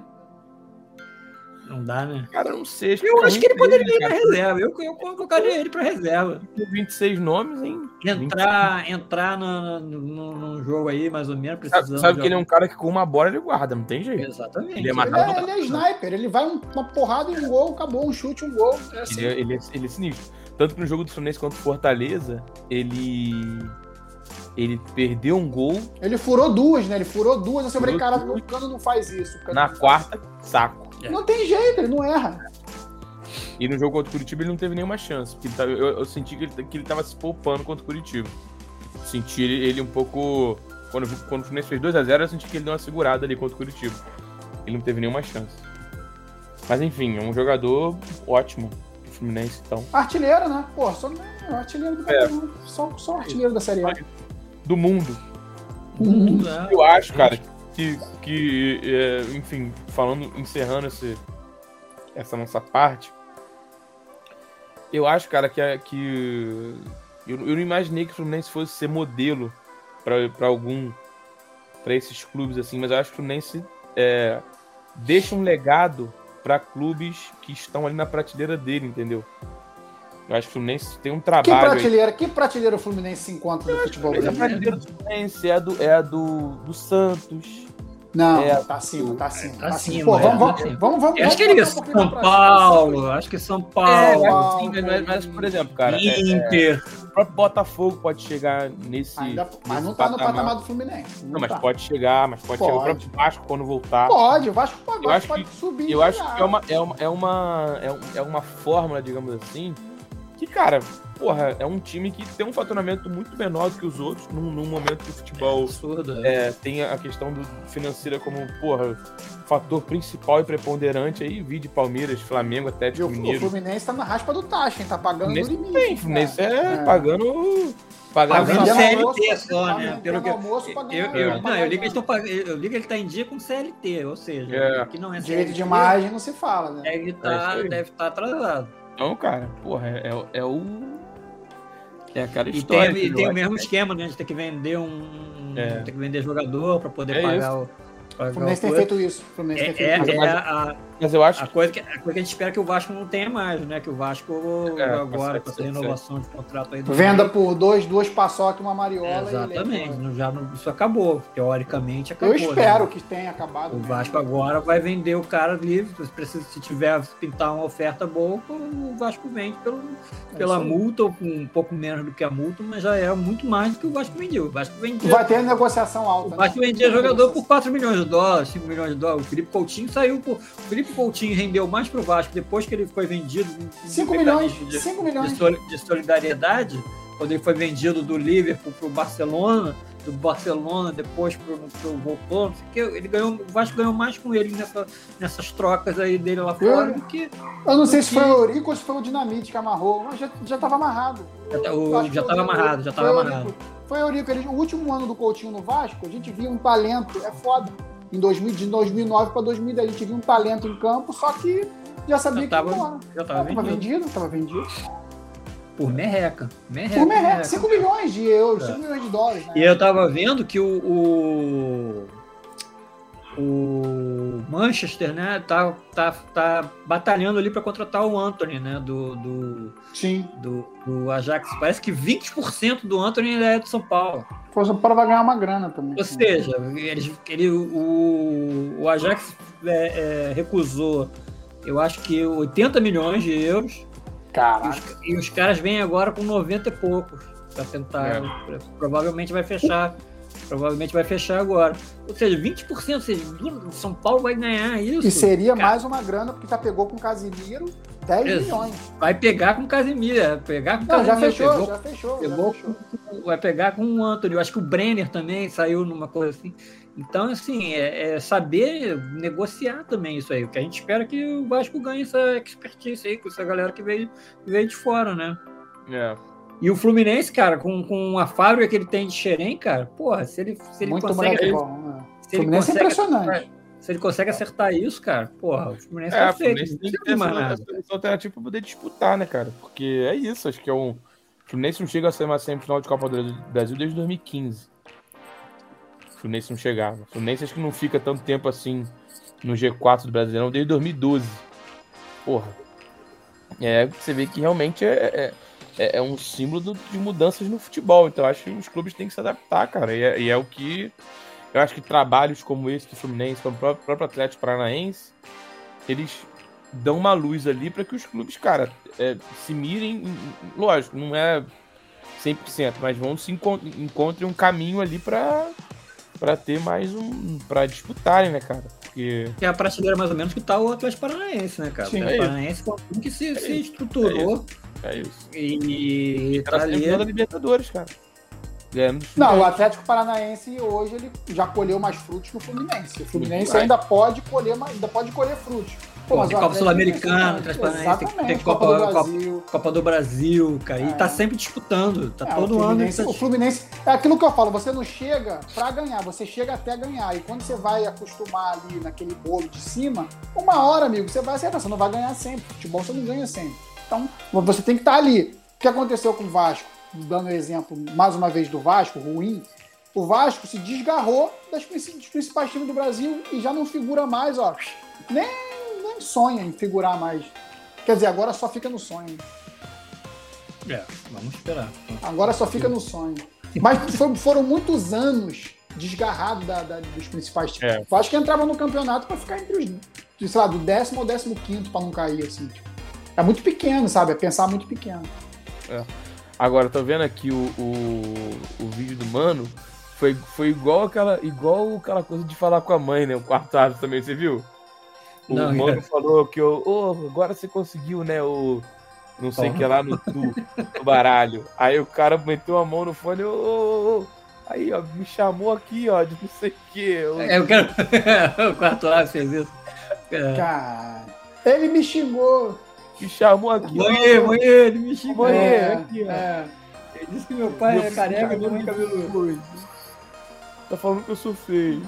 Não dá, né?
Cara, eu não sei.
Eu acho que ele poderia ir pra
cara,
reserva. Eu, eu colocaria ele pra reserva.
com 26 nomes, hein?
Entrar, entrar no, no, no- num jogo aí, mais ou menos,
Sabe,
precisando.
sabe que ele é
de
um cara que com uma bola ele guarda, não tem
alguém.
jeito.
Exatamente.
ele é
Ele
marcado
é, ele é sniper, ele vai um- uma porrada e um gol, acabou, um chute, um gol. É assim.
Ele é, ele, é, ele é sinistro. Tanto que no jogo do Fluminense quanto Fortaleza, ele. Ele perdeu um gol
Ele furou duas, né? Ele furou duas. Eu falei,
Furou
cara,
duas.
o Cano não faz isso. o Cano
na
não faz
quarta, saco.
isso. Não tem jeito, ele não erra.
E no jogo contra o Curitiba ele não teve nenhuma chance. Porque ele tava- eu, eu senti que ele, que ele tava se poupando contra o Curitiba. Senti ele, ele um pouco Quando, vi- quando o Fluminense fez 2x0, eu senti que ele deu uma segurada ali contra o Curitiba. Ele não teve nenhuma chance. Mas enfim, é um jogador ótimo pro Fluminense, então.
Artilheiro, né? Pô, só não é artilheiro do campeonato. Só, só um artilheiro da Série A.
Do mundo.
Uhum.
Né?
Eu acho, cara, que, que é, enfim, falando, encerrando esse, essa nossa parte, eu acho, cara, que, a- que eu, eu não imaginei que o Fluminense fosse ser modelo pra pra algum, pra esses clubes assim, mas eu acho que o Fluminense é, deixa um legado pra clubes que estão ali na prateleira dele, entendeu? Eu acho que o Fluminense tem um
Que
trabalho. aí.
prateleira, que prateleira o Fluminense se encontra no futebol
Mas a
brasileiro?
prateleira do Fluminense é a do, é a do, do Santos.
Não,
É,
tá acima, tá acima.
tá acima,
Pô,
é,
vamos,
tá
vamos,
acima.
vamos, vamos,
Eu Acho que é
botar um
isso.
pouquinho
São
pra cima.
Paulo, acho que São
É,
Paulo,
cara,
Paulo,
sim, mas- mas, mas, por exemplo, cara, é,
Inter.
o próprio Botafogo pode chegar nesse.
Ainda, mas
nesse
não tá no patamar do Fluminense.
Não, mas
tá.
pode chegar, mas pode, chegar. O
Pode.
próprio Vasco quando voltar.
Pode, o Vasco pode,
Eu
Vasco
acho
pode subir.
Eu acho
sei lá.
que é uma, é uma, é uma, é um- é uma fórmula, digamos assim, que, cara, porra, é um time que tem um faturamento muito menor do que os outros num, num momento que o futebol
Absurdo. né?
é, tem a questão do financeira como, porra, fator principal e preponderante aí, vide Palmeiras, Flamengo,
E o
Atlético
o
Mineiro.
Fluminense tá na raspa do taxa, hein? Tá pagando no
Fluminense
limite.
Tem, Fluminense é, pagando. Pagando,
Pagando
vendendo
CLT
almoço,
só, né?
vendendo
Pelo que-
almoço pra
Eu,
ganhar- né?
eu-
pra
não,
ganhar
eu ligo, eles tão pag- eu ligo ele tá em dia com CLT, ou seja,
É.
que não é
Direito de
CLT,
imagem não se fala, né?
Deve
É isso aí.
estar atrasado.
Então, cara, porra, é, é- é o. É aquela
E
história.
tem, e
entendeu?
tem o mesmo esquema, né? A gente tem que vender um.
É.
Tem que vender jogador para poder
É
pagar o.
O
pagar
Fluminense
o
tem
coisa.
feito isso. O Fluminense tem
É,
feito
é-
isso.
é a,
Mas eu acho
a
que
coisa que, a coisa que a gente espera que o Vasco não tenha mais, né? Que o Vasco
É,
agora,
consegue
com essa
ser,
renovação de contrato aí do
Venda por dois, duas paçoca e uma
É,
mariola. e
exatamente,
leva.
não- já não- isso acabou. Teoricamente acabou.
Eu espero
né?
que tenha acabado.
O
mesmo.
Vasco agora vai vender o cara livre. Se, precisa, se tiver se pintar uma oferta boa, o Vasco vende pelo,
É
pela
isso aí.
multa, ou com um pouco menos do que a multa, mas já é muito mais do que o Vasco vendeu. O Vasco vendia,
Vai ter negociação
o
alta.
Vasco
né?
vendia jogador por
Negociação.
4 milhões de dólares, 5 milhões de dólares. O Felipe Coutinho saiu por. O Felipe Coutinho rendeu mais pro Vasco depois que ele foi vendido.
5 milhões.
independente de-
5
de,
milhões.
soli- de solidariedade, quando ele foi vendido do Liverpool para o Barcelona, do Barcelona depois para o voltou, não sei o quê, ele ganhou, o Vasco ganhou mais com ele nessa- nessas trocas aí dele lá fora do que
Eu não sei se foi o Eurico ou se foi o Dinamite que amarrou, mas já, já tava amarrado.
já, tá-
Eu acho
o, já
que
estava
foi o-
amarrado, já
foi
estava
o
amarrado.
Eurico. Foi o Eurico. Ele, o último ano do Coutinho no Vasco, a gente via um talento, é foda. Em 2000, de 2009 para 2010, a gente via um talento em campo, só que já sabia
Já
que ia
tava,
embora.
já tava
Ah, Tava
vendido.
vendido, tava vendido.
Por merreca. merreca,
Por merreca,
merreca.
5 milhões de euros,
É.
5 milhões de dólares, né?
E eu tava vendo que o. o... o Manchester, né, tá, tá, tá batalhando ali para contratar o Anthony, né, do, do,
Sim.
do, do Ajax. Parece que 20% do Anthony ainda é do São Paulo.
Força para vai ganhar uma grana também. assim.
Ou seja, ele, ele, o, o Ajax é, é, recusou, eu acho que 80 milhões de euros. E
Caralho.
os, e os caras vêm agora com 90 e poucos para tentar.
É.
pra- Provavelmente vai fechar. Provavelmente vai fechar agora. Ou seja, 20%, ou seja, do- São Paulo vai ganhar isso.
E seria
Cara.
mais uma grana, porque já pegou com o Casimiro 10
Isso.
milhões.
Vai pegar com Casemiro, vai pegar com
Não, já
Casemiro.
fechou,
pegou
já fechou, já
pegou
fechou.
vai pegar com o Anthony. Eu acho que o Brenner também saiu numa coisa assim. Então, assim, é, é saber negociar também isso aí. O que a gente espera é que o Vasco ganhe essa expertise aí, com essa galera que veio, veio de fora, né?
é,
E o Fluminense, cara, com, com a fábrica que ele tem de Xerém, cara, porra, se ele, se ele
Muito moleque
consegue.
bom. né?
Se ele
Fluminense é
consegue, né?
impressionante.
se ele consegue acertar isso, cara, porra, o Fluminense
é,
tá
o Fluminense
feito. Não precisa
tem né? que ter
de mais
essa
nada.
essa alternativa pra poder disputar, né, cara? Porque é isso, acho que é um. O Fluminense não chega a ser uma semifinal de Copa do Brasil desde 2015. O Fluminense não chegava. O Fluminense acho que não fica tanto tempo assim no G4 do Brasileirão desde 2012. Porra. É, você vê que realmente é, é- é, é um símbolo do- de mudanças no futebol. Então acho que os clubes têm que se adaptar, cara. E é, e é o que. Eu acho que trabalhos como esse do Fluminense, como o próprio, próprio Atlético Paranaense, eles dão uma luz ali para que os clubes, cara, é, se mirem. em- em- Lógico, não é 100%, mas vão se encon- encontrem um caminho ali para para ter mais um. para disputarem, né, cara? Porque.
Que é a prateleira mais ou menos que tá o Atlético Paranaense, né, cara?
Sim,
o
é
Atlético
isso.
Paranaense foi um time que se, se
isso, é
estruturou
É isso.
e, e
Tá
tá ali.
da Libertadores, cara. Ganhamos do
Não, o
Fluminense.
Atlético Paranaense hoje ele já colheu mais frutos que o Fluminense. O Fluminense
Vai.
ainda pode colher, mais- ainda pode colher frutos.
Pô, tem
mas o
Copa
Atlético
Sul-Americana,
Paranaense-
Atlético Paranaense, tem-
Exatamente,
tem
Copa,
Copa-
do
Copa-
Brasil.
Copa do Brasil, cara. E tá sempre disputando. Tá
É,
todo
o
ano.
Fluminense,
Tá...
o Fluminense é aquilo que eu falo, você não chega pra ganhar, você chega até ganhar. E quando você vai acostumar ali naquele bolo de cima, uma hora, amigo, você vai acertar, você não vai ganhar sempre. Futebol você não ganha sempre. Então, você tem que estar ali. O que aconteceu com o Vasco? Dando exemplo mais uma vez do Vasco, ruim. O Vasco se desgarrou das princi- dos principais times do Brasil e já não figura mais, ó. Nem, nem sonha em figurar mais. Quer dizer, agora só fica no sonho.
É, vamos esperar.
Agora só fica no sonho. Mas foi- foram muitos anos desgarrado da- da- dos principais times.
É.
Eu acho que entrava no campeonato pra ficar entre os, de, sei lá, do décimo ao décimo quinto pra não cair, assim. tipo. É muito pequeno, sabe? É pensar muito pequeno.
Agora, tô vendo aqui o, o, o vídeo do mano. Foi, foi igual, aquela, igual aquela coisa de falar com a mãe, né? O quarto árbitro também, você viu? O
Não,
mano
é.
falou que eu, "Ô, agora você conseguiu, né? O não sei o que lá no, do, do baralho. Aí o cara meteu a mão no fone, ô, ô, ô, ô. Aí, ó, me chamou aqui, ó, de não sei o que.
É, eu quero. o quarto lá fez isso. É.
Cara, ele me xingou.
Me chamou aqui.
Mãe, mãe, ele me xingou.
Mãe,
É,
aqui, ó.
é.
Ele disse que meu pai é careca e minha mãe é cabeludo.
Tá falando que eu sou feio.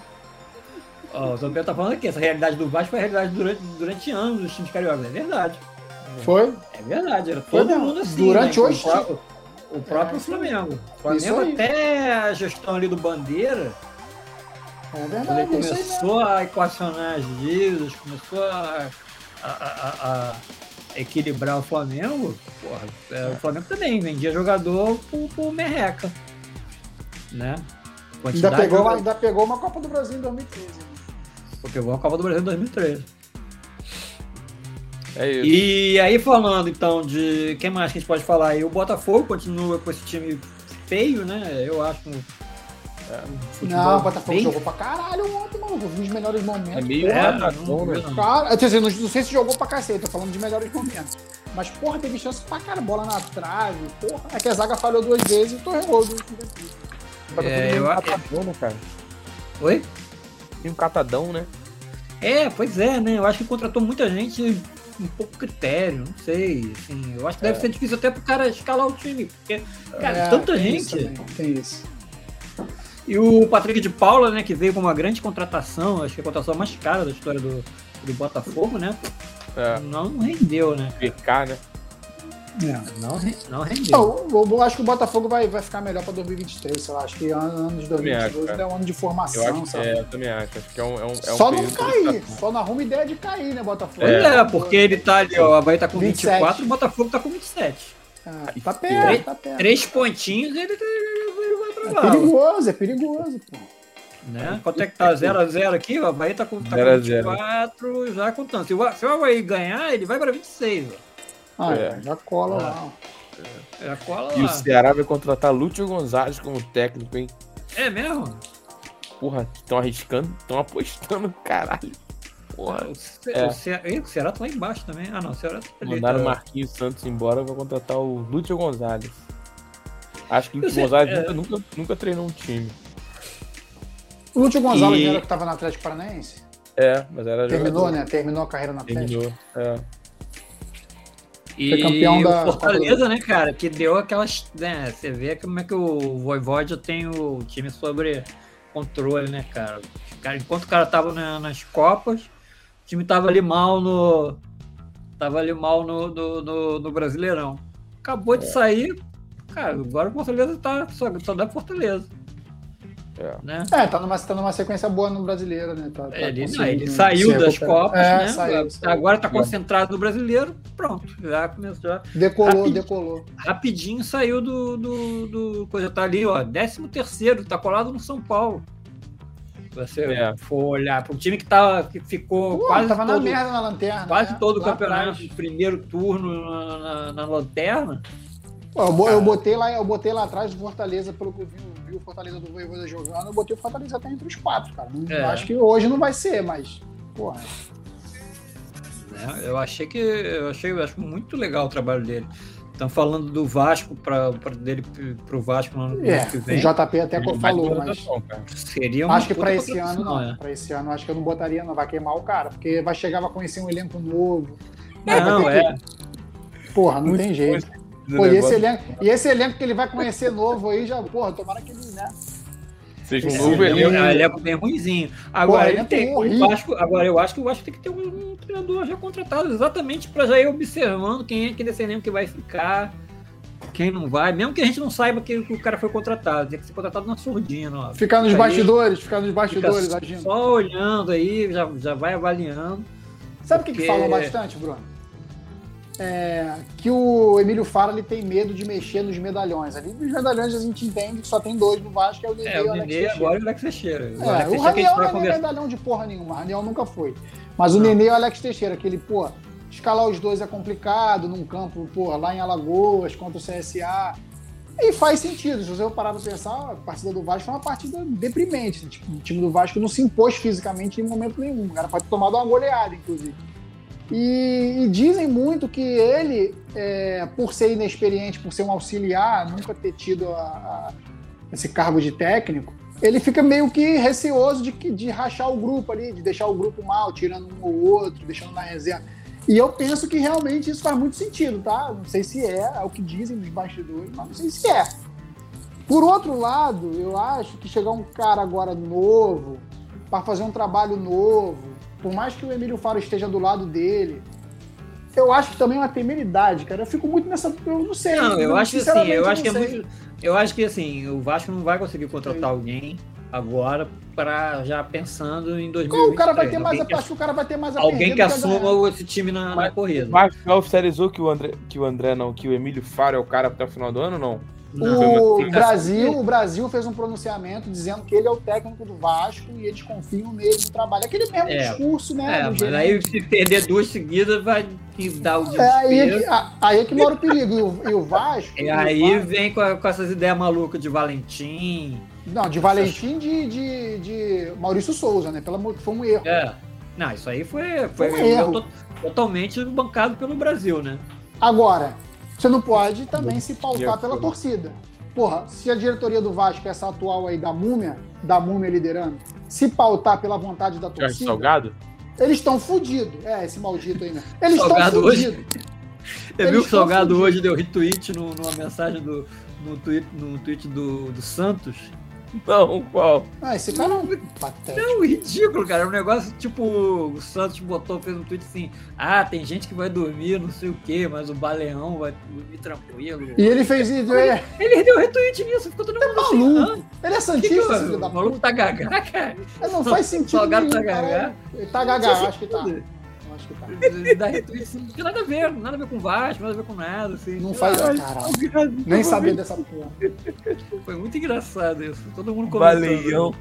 Ó, o São Pedro tá falando aqui, essa realidade do Vasco foi a realidade durante, durante anos dos times cariocas. É verdade.
Foi?
É verdade. Era
Foi
todo
mesmo.
mundo assim.
Durante
né?
os
O próprio, o próprio
É,
Flamengo. O
Isso
Flamengo
aí.
até a gestão ali do Bandeira,
É
quando
verdade.
ele
isso aí mesmo.
começou a equacionar as dívidas, começou a, a- a- a- a equilibrar o Flamengo, porra, é, o Flamengo também vendia jogador por, por merreca. Né?
Ainda
Quantidade de
pegou,
jogador-
ainda pegou uma Copa do Brasil em 2013. né?
pegou a Copa do Brasil em 2013.
É isso.
E aí falando então de quem mais que a gente pode falar aí, o Botafogo continua com esse time feio, né? Eu acho. um- um futebol
Não, o Botafogo
bem-
jogou pra caralho ontem, mano. Eu vi os melhores momentos.
É meio
É,
ratacão, né?
não-
Cara, quer dizer, não, não sei se jogou pra cacete, tô falando de melhores momentos. Mas, porra, teve chance pra cara, bola na trave, porra. É que a zaga falhou duas vezes e torreu o gol do Juventude.
É, eu-
um catadão, né, cara?
Oi?
Tem um catadão, né?
É, pois é, né? Eu acho que contratou muita gente um pouco critério, não sei. assim, eu acho que deve ser difícil até pro cara escalar o time, porque, cara,
É,
tanta
tem
gente.
isso também, tem isso.
E o Patrick de Paula, né, que veio com uma grande contratação, acho que é a contratação mais cara da história do, do Botafogo, né?
É.
Não rendeu, né?
PK, né?
É.
Não, re- não rendeu.
Não, eu, eu acho que o Botafogo vai, vai ficar melhor pra 2023, sei lá. Acho que ano, ano de 2022
acho,
ainda é um ano de
Eu
formação,
acho que
sabe?
é, eu também acho. Acho que é um, é um, é um
Só não
período
cair,
complicado.
só não arruma ideia de cair, né, Botafogo?
Pois é, porque ele tá ali, ó. O Havaí tá com
27.
24 e o Botafogo tá com 27.
Ah, tá perto, tá perto.
Três pontinhos ele, tá- ele vai pra
É
lá.
perigoso, é perigoso, pô.
Né? Quanto é que tá? 0x0 aqui, o Havaí tá com, tá
Zero a
com
zero.
24 já com tanto. Se o se o Havaí ganhar, ele vai pra 26. Ó.
Ah,
É.
já cola
Ah.
lá. ó.
Já cola
E o
lá.
Ceará vai contratar Lúcio Gonzalez como técnico, hein?
É mesmo?
Porra, estão arriscando, estão apostando, caralho. Porra.
O, Ce-
É.
o, Ce- Ih, o Ceará tá lá embaixo também. Ah, não, o Ceará tá ali.
Mandaram o
tá...
Marquinhos Santos embora, vai contratar o Lúcio Gonzalez. Acho que o
Eu
Lúcio
sei,
Gonzalez
é.
nunca, nunca, nunca treinou um time.
O Lúcio Gonzalez
E-
não era que tava no Atlético Paranaense?
É, mas era
Terminou,
jogador.
né? Terminou a carreira na Atlético.
Terminou. É.
E
Foi campeão
o
da-
Fortaleza, né, cara, que deu aquelas. Né, você vê como é que o Voivode tem o time sobre controle, né, cara? Os cara- Enquanto o cara tava na- nas Copas, o time tava ali mal no. Tava ali mal no, no, no- no Brasileirão. Acabou
É.
de sair, cara, agora o Fortaleza tá, só, só dá Fortaleza,
É.
né?
É, tá numa, tá numa sequência boa no brasileiro, né? Tá, tá
É, Ele, não,
conseguindo
ele saiu
se
das
recuperar.
Copas,
É,
né?
saiu, saiu.
Agora tá concentrado no brasileiro, pronto, já começou. já-
Decolou,
Rapidinho.
decolou.
rapidinho saiu do, do, do coisa tá ali, ó, 13 terceiro, tá colado no São Paulo. Se você
É.
for olhar para um time que tava que ficou
Pô,
quase
tava
todo,
na merda na lanterna.
quase
né?
todo o
Lá
campeonato,
atrás.
primeiro turno na, na- na lanterna.
Ó, Eu, bo- eu botei lá, eu botei lá atrás o Fortaleza, pelo que eu vi, vi o Fortaleza do Voivoda jogando, eu botei o Fortaleza até entre os quatro, cara. Não-
É.
Acho que hoje não vai ser, mas. Porra.
né? Eu achei que eu achei eu acho muito legal o trabalho dele. Estão falando do Vasco para dele pro Vasco no ano
É,
que
o
vem.
JP até
Ele vai
falou,
ter
mas.
rotação, cara.
Seria uma
Acho que
puta
pra esse ano
contratação,
não.
é.
Pra esse ano acho que eu não botaria, não. Vai queimar o cara, porque vai chegar, vai conhecer um elenco novo.
Não,
vai ter
é.
que- Porra, não
Muita
tem jeito.
coisa do
Pô, e, esse é
negócio.
elenco, e esse elenco que ele vai conhecer novo aí, já, porra, tomara que ele, né?
Seja um
Esse
novo
elenco
elenco.
é um elenco bem ruimzinho. Agora,
Pô, é
ele
elenco
tem,
horrível.
o Vasco, agora eu acho que o Vasco tem que ter um, um treinador já contratado, exatamente para já ir observando quem é que desse elenco que vai ficar, quem não vai. Mesmo que a gente não saiba que o cara foi contratado, tem que ser contratado na surdina. ó.
Ficar nos
Aí,
bastidores, ficar nos bastidores
fica
agindo.
Só olhando aí, já, já vai avaliando.
Sabe o que, que
porque-
falam bastante, Bruno? É, que o Emílio Fara ele tem medo de mexer nos medalhões. Ali, os medalhões a gente entende que só tem dois no Vasco, que é o Nenê
É,
e
o
o Alex
Nenê
Teixeira.
agora e o Alex Teixeira.
É,
O Alex
o
Teixeira que a
Raniel
gente
não
vai
é
conversar.
medalhão de porra nenhuma, o Raniel nunca foi. Mas o
Não.
Nenê e o Alex Teixeira, que ele, pô, escalar os dois é complicado num campo, porra, lá em Alagoas, contra o CSA. E faz sentido, se você parar pra pensar, a partida do Vasco foi uma partida deprimente. Tipo, o time do Vasco não se impôs fisicamente em momento nenhum. O cara pode ter tomado uma goleada, inclusive. E, e dizem muito que ele, é, por ser inexperiente, por ser um auxiliar, nunca ter tido a- a- esse cargo de técnico, ele fica meio que receoso de, que- de rachar o grupo ali, de deixar o grupo mal, tirando um ou outro, deixando na reserva. E eu penso que realmente isso faz muito sentido, tá? Não sei se é, é o que dizem nos bastidores, mas não sei se é. Por outro lado, eu acho que chegar um cara agora novo, para fazer um trabalho novo, por mais que o Emílio Faro esteja do lado dele, eu acho que também é uma temeridade, cara. Eu fico muito nessa. Eu não sei.
Não, eu acho que assim,
sinceramente,
eu
não
acho que é
sei.
muito. Eu acho que assim, o Vasco não vai conseguir contratar alguém agora para já pensando em 2023.
Não, o cara vai ter mais a
alguém
acho que o cara vai ter mais
que, é
a
alguém
perder
que
do a Tá ganhar.
assuma esse time na, na
Mas-
corrida.
Mas já oficializou que o André, que o André não, que o Emílio Faro é o cara até o final do ano ou não?
Não. assim.
O
Não.
Brasil, o Brasil fez um pronunciamento dizendo que ele é o técnico do Vasco e eles confiam nele no trabalho. Aquele mesmo
É.
discurso, né?
É,
do
mas
gerente.
aí se perder duas seguidas vai te dar o
é, aí, é
desespero.
que, a- aí é que mora o perigo. E o, e o Vasco.
E
o
aí
Vasco-
vem com, a- com essas ideias malucas de Valentim.
Não, de Valentim de, de, de Maurício Souza, né? Pelo amor que foi um erro.
É. Não, isso aí foi, foi,
Foi um erro.
to- totalmente bancado pelo Brasil, né?
Agora, você não pode também se
Eu-
pautar pela torcida. Porra, se a diretoria do Vasco, essa atual aí da Múmia, da Múmia liderando, se pautar pela vontade da
Jorge
torcida,
Salgado?
eles estão fudidos. É, esse maldito aí, né? Eles estão
Salgado hoje.
fudidos.
Você viu
Eles
que o
estão
Salgado
fudidos.
hoje deu retweet no- numa mensagem do. No tweet, no tweet do, do Santos.
Não, qual?
Ah, esse cara é um patético.
É um ridículo, cara. É um negócio tipo. O Santos botou, fez um tweet assim: ah, tem gente que vai dormir, não sei o quê, mas o Baleão vai dormir tranquilo.
E ele fez isso. é,
Ele deu retweet nisso, ficou todo mundo assim. "Ah,
maluco. Ele é
que que
Santista, esse filho
o,
da
o maluco
puta. É,
tá gagá, cara.
Não faz sentido.
Salgado
nenhum,
tá
cara.
gagá.
Ele tá gagá, eu acho que tá.
Ele
Eu acho que tá.
Dá retweet assim, não tem nada a ver, nada a ver com o Vasco, nada a ver com nada, assim.
Não faz-
Ah,
caralho.
Salgado,
Nem
foi
saber
muito-
dessa porra.
Ah, Foi muito engraçado isso. Todo mundo comentando.
Baleião.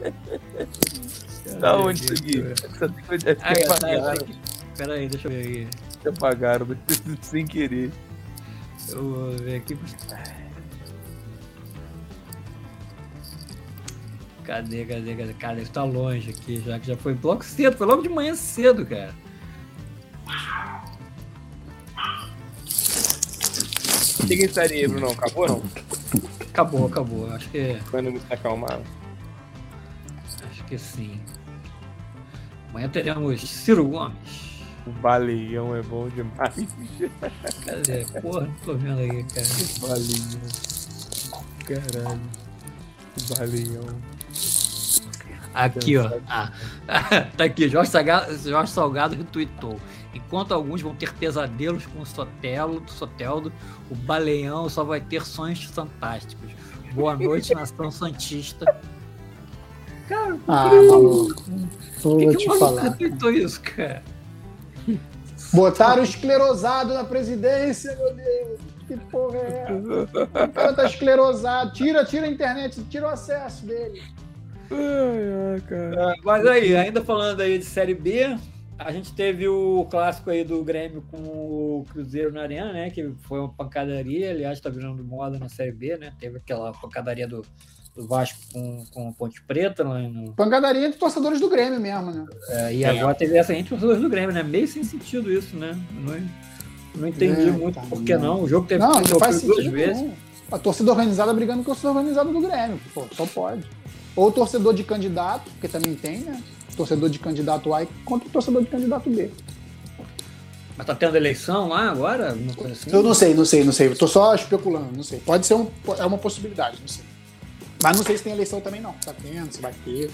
Da tá onde isso aqui? Essa coisa Deve
Ah,
ter
tá, tá,
apagado,
tem que- Pera aí, deixa eu ver aí.
deve ter apagado, sem querer.
Eu vou ver aqui. Cadê, cadê, cadê? Cara, isso tá longe aqui, já que já foi logo cedo, foi logo de manhã cedo, cara.
Chega esse aí, Bruno. Acabou não?
Acabou, acabou. Acho que,
Quando me acalmar.
acho que sim. Amanhã teremos Ciro Gomes.
O baleão é bom demais.
Cadê? Porra, não tô vendo aí, cara.
Baleão. Caralho. O baleão.
Aqui, ó. Ah, tá aqui, Jorge Salgado, Jorge Salgado retweetou. Enquanto alguns vão ter pesadelos com o Sotelo, Soteldo, o Baleão só vai ter sonhos fantásticos. Boa noite, nação santista. Cara,
Ah, maluco.
por
Vou
que, que o
te
maluco
falar.
retweetou isso, cara?
Botaram o esclerosado na presidência, meu Deus. Que porra é essa? O cara tá esclerosado. Tira, tira a internet, tira o acesso dele.
Ai, ai, cara.
Mas aí, ainda falando aí de Série B, a gente teve o clássico aí do Grêmio com o Cruzeiro na Arena, né? Que foi uma pancadaria, aliás, tá virando moda na Série B, né? Teve aquela pancadaria do, do Vasco com, com a Ponte Preta, lá no-
Pancadaria entre torcedores do Grêmio mesmo, né?
é, e agora teve essa entre os dois do Grêmio, né? Meio sem sentido isso, né? Não é? Não entendi
É,
muito
tá
por que não. O jogo teve
Não,
que
não faz
sofrer duas
sentido
vezes.
nenhum. A torcida organizada brigando com a torcida organizada do Grêmio, pô, só pode. Ou torcedor de candidato, porque também tem, né? Torcedor de candidato A contra o torcedor de candidato B.
Mas tá tendo eleição lá agora? Alguma coisa assim?
Eu não sei, não sei, não sei. Eu tô só especulando, não sei. Pode ser um, é uma possibilidade, não sei. Mas não sei se tem eleição também, não. Tá tendo, se vai ter.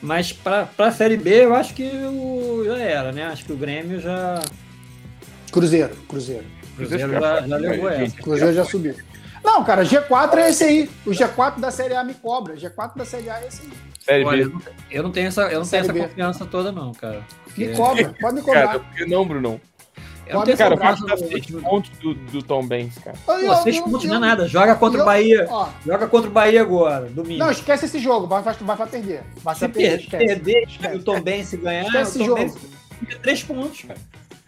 Mas pra, pra Série B, eu acho que o, já era, né? Acho que o Grêmio já.
Cruzeiro, Cruzeiro.
Cruzeiro
tá
já, já
né,
levou essa.
O Cruzeiro já subiu. Não, cara, G4 é esse aí. O G4 da Série A me cobra. G4 da Série A é esse aí.
Série
Olha,
B.
eu não- eu não tenho essa, eu não tenho
Série
essa
B.
confiança toda, não, cara. Porque
Me cobra, pode me
Cara,
cobrar.
por que não, Brunão?
Eu não
Pode,
tenho
Cara,
essa
o Vasco
confiança
tá
no-
6
no-
pontos do, do Tom Benz, cara.
Aí,
Pô,
ó,
seis
eu-
pontos
eu-
não é nada. Joga contra
eu-
o Bahia.
Ó,
Joga contra o Bahia agora, domingo.
não, esquece esse jogo. Vai, vai, vai, vai perder. Vai,
se
vai perder,
per-
esquece. É.
perder
Esquece.
e o Tom Benz se ganhar,
Esquece
o
esse
Tom
jogo.
Benz fica três pontos, cara.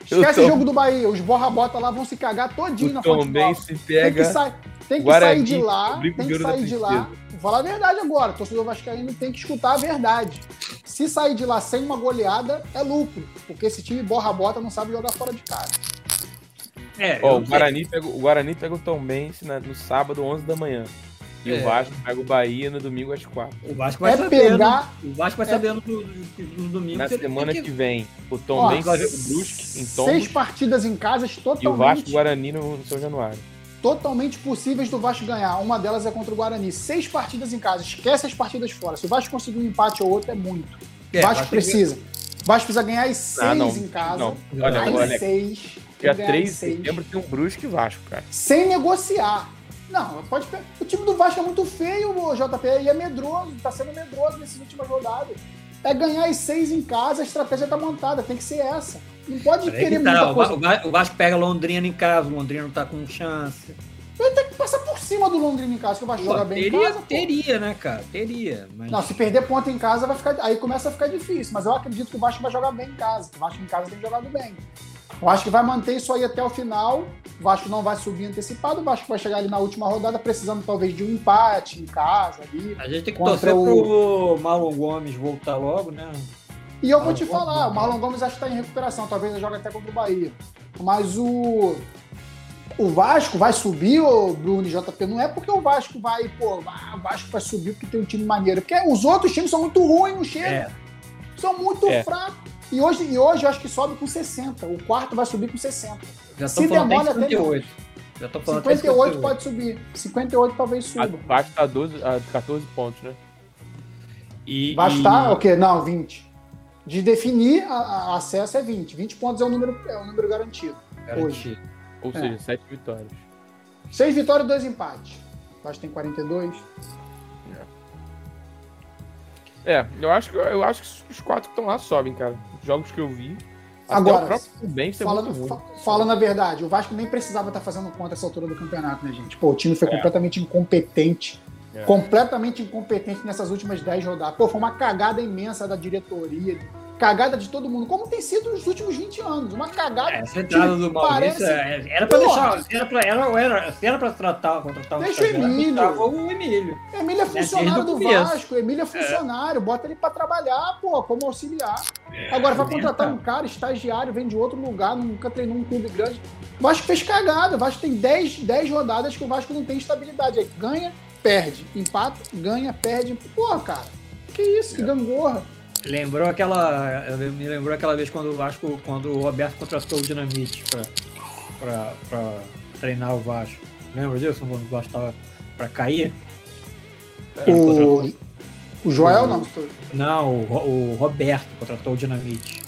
Esquece
Eu
o
tô-
jogo do Bahia. Os borra-bota lá vão se cagar todinho na
O
fonte
Tom
nova.
Benz se
Tem que,
pega.
sair, tem que
Guarani,
sair de lá,
brinco
tem
de
que
ouro da
sair de lá. Vou falar a verdade agora, o torcedor vascaíno tem que escutar a verdade. Se sair de lá sem uma goleada, é lucro, porque esse time borra-bota não sabe jogar fora de casa.
É, eu-
Ó, o Guarani pega, o Guarani pega o Tom Benz na- no sábado, 11 da manhã. E
É.
o Vasco pega o Bahia no domingo às 4.
o Vasco vai
É
saber.
pegar,
né? O Vasco vai
é-
saber no, do- do- no domingo.
Na
que ele tem
semana
que-
que vem, o Tom
ó,
Benz pega o Brusque em
seis
Tombos
partidas em casa
e o Vasco
totalmente,
Guarani no, no São Januário.
totalmente possíveis do Vasco ganhar. Uma delas é contra o Guarani. Seis partidas em casa, esquece as partidas fora. Se o Vasco conseguir um empate ou outro, é muito.
É,
o Vasco
tem que-
precisa. O Vasco precisa ganhar as seis
Ah, não.
em casa.
Não,
Não,
olha,
mais
olha
seis.
dia
ganhar
3 de
seis.
setembro tem um Brusque e Vasco, cara.
sem negociar. Não, pode pe- O time do Vasco é muito feio, o JP, e é medroso, tá sendo medroso nessas últimas rodadas. É ganhar as seis em casa, a estratégia tá montada, tem que ser essa. Não pode
Peraí
querer
que tá,
muita
o, Va-
coisa.
o Va- o Vasco pega Londrina em casa, o Londrina não tá com chance.
Ele tem que passar por cima do Londrina em casa, que o Vasco joga
Pô,
bem em
teria,
casa. pô.
teria, né, cara? Teria. Mas...
Não, se perder ponto em casa, vai ficar, aí começa a ficar difícil. Mas eu acredito que o Vasco vai jogar bem em casa. que O Vasco em casa tem jogado bem. O Vasco vai manter isso aí até o final. O Vasco não vai subir antecipado. O Vasco vai chegar ali na última rodada, precisando talvez de um empate em casa ali,
A gente tem que
Contra
torcer
o-
pro Marlon Gomes voltar logo, né?
E eu vou te
Marlon Gomes,
falar,
né?
o Marlon Gomes acho que está em recuperação, talvez ele jogue até contra o Bahia. Mas o. O Vasco vai subir, ô Bruno e JP, não é porque o Vasco vai, pô, ah, o Vasco vai subir porque tem um time maneiro. Porque os outros times são muito ruins, não chega.
É.
São muito
É.
fracos. E hoje, e hoje eu acho que sobe com 60. O quarto vai subir com 60.
Já
Se
tô falando até
demora até
58. Já tô falando até né?
58
58.
pode subir. 58 talvez
A-
suba.
O Vasco tá 12, a 14 pontos, né?
E,
Vasco
e-
tá o quê? Não, 20. De definir a, a- acesso é 20. 20 pontos é o número, é o número garantido.
Garantido.
hoje.
Ou
É.
seja, 7 vitórias.
Seis vitórias e dois empates. O Vasco tem 42.
É, eu acho que, eu acho que os quatro que estão lá sobem, cara. Os jogos que eu vi. Até
Agora,
o próprio Tom Benz é muito
Falando,
ruim.
fa- falando a verdade, o Vasco nem precisava estar fazendo conta essa altura do campeonato, né, gente? Pô, o time foi completamente incompetente.
É.
Completamente incompetente nessas últimas 10 rodadas. Pô, foi uma cagada imensa da diretoria, cagada de todo mundo, como tem sido nos últimos 20 anos. Uma cagada.
Essa É, entrada do Maurício
Parece-
é- era pra
Porra!
deixar. Era pra, era, era, se era pra tratar, contratar um
Deixa o
estagiário,
Emílio.
contratava o Emílio.
Emílio é funcionário
desde o
do
começo.
Vasco, Emílio é funcionário, bota ele pra trabalhar, pô, como auxiliar. Agora vai contratar um cara, estagiário, vem de outro lugar, nunca treinou um clube grande. O Vasco fez cagada, o Vasco tem 10, 10 rodadas que o Vasco não tem estabilidade. Aí ganha, perde, empata, ganha, perde. Pô, cara, que isso, que gangorra.
Lembrou aquela. Me lembrou aquela vez quando o Vasco, quando o Roberto contratou o Dinamite pra, pra, pra treinar o Vasco. Lembra disso? Quando o Vasco tava pra cair? Ele contratou-
O, o Joel
Uhum.
não,
Não, o, Ro- o Roberto contratou o Dinamite.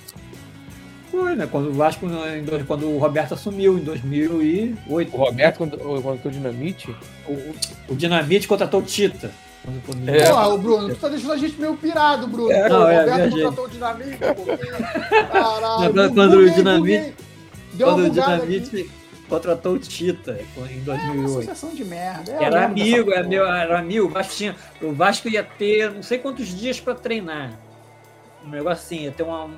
Foi, né? Quando o Vasco. em dois- Quando o Roberto assumiu em 2008.
O Roberto, quando, quando o Dinamite,
O, o Dinamite contratou o Tita. Quando- quando-
É.
Pô, o Bruno, tu tá deixando a gente meio pirado, Bruno.
É,
Pô,
não,
o
é,
Roberto
viajei.
contratou o Dinamite, pô. que- Caralho.
Quando- quando o
buguei,
Dinamite-
buguei. Deu uma
Quando o
bugada aqui. É,
Dinamite contratou o Tita em
Uma
2008.
associação de merda. É, eu
Era
lembro dessa
amigo, era,
porra.
meu, era amigo. O Vasco, tinha, o Vasco ia ter não sei quantos dias pra treinar. Um negócio assim, ia ter uma- um,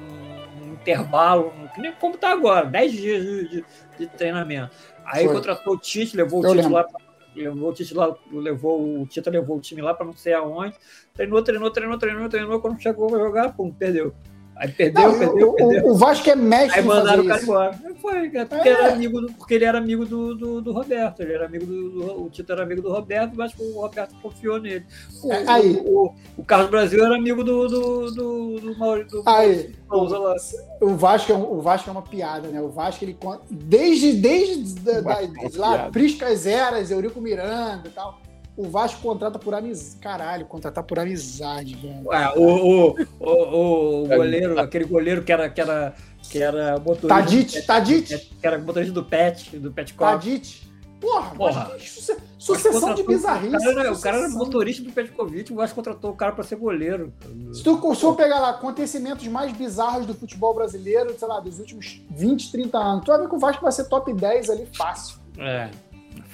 um intervalo, um- que nem como tá agora, 10 dias de, de- de treinamento. Aí
Foi.
contratou o Tite, levou
Eu
o Tite
lembro.
lá. pra- Levou o Tite lá, levou o Tita levou o time lá pra não sei aonde. Treinou, treinou, treinou, treinou, treinou. Quando chegou pra jogar, pum, perdeu. Aí perdeu,
Não,
perdeu,
o,
perdeu.
o- o Vasco é mestre
Aí
em
mandaram
fazer
o cara
isso.
embora. Foi, cara, porque,
É.
era amigo do, porque ele era amigo do, do, do Roberto. Ele era amigo do, do- O Tito era amigo do Roberto, mas o Roberto confiou nele. O,
É, aí.
o, o- o Carlos Brasil era amigo do, do, do, do Maurício do
Aí,
Souza lá.
Ah, o Vasco, é um- o Vasco é uma piada, né? O Vasco, ele conta. Desde, desde da,
O Vasco
da-
é uma
lá,
piada.
Priscas Eras, Eurico Miranda e tal. O Vasco contrata por amizade. Caralho, contratar por amizade, velho.
Ah, o, o, o, o goleiro, aquele goleiro que era, que era, que era motorista. é,
Tadite, Tadite,
Que era motorista do Pet, do Pet Cop.
Tadite. Porra,
Porra.
Vasco, suce- sucessão de
Contratou-
bizarrice.
O cara era, o cara era
sucessão.
motorista do Petkovic, o Vasco contratou o cara pra ser goleiro.
Se tu, se tu pegar lá acontecimentos mais bizarros do futebol brasileiro, sei lá, dos últimos 20, 30 anos, tu vai ver que o Vasco vai ser top 10 ali fácil.
É.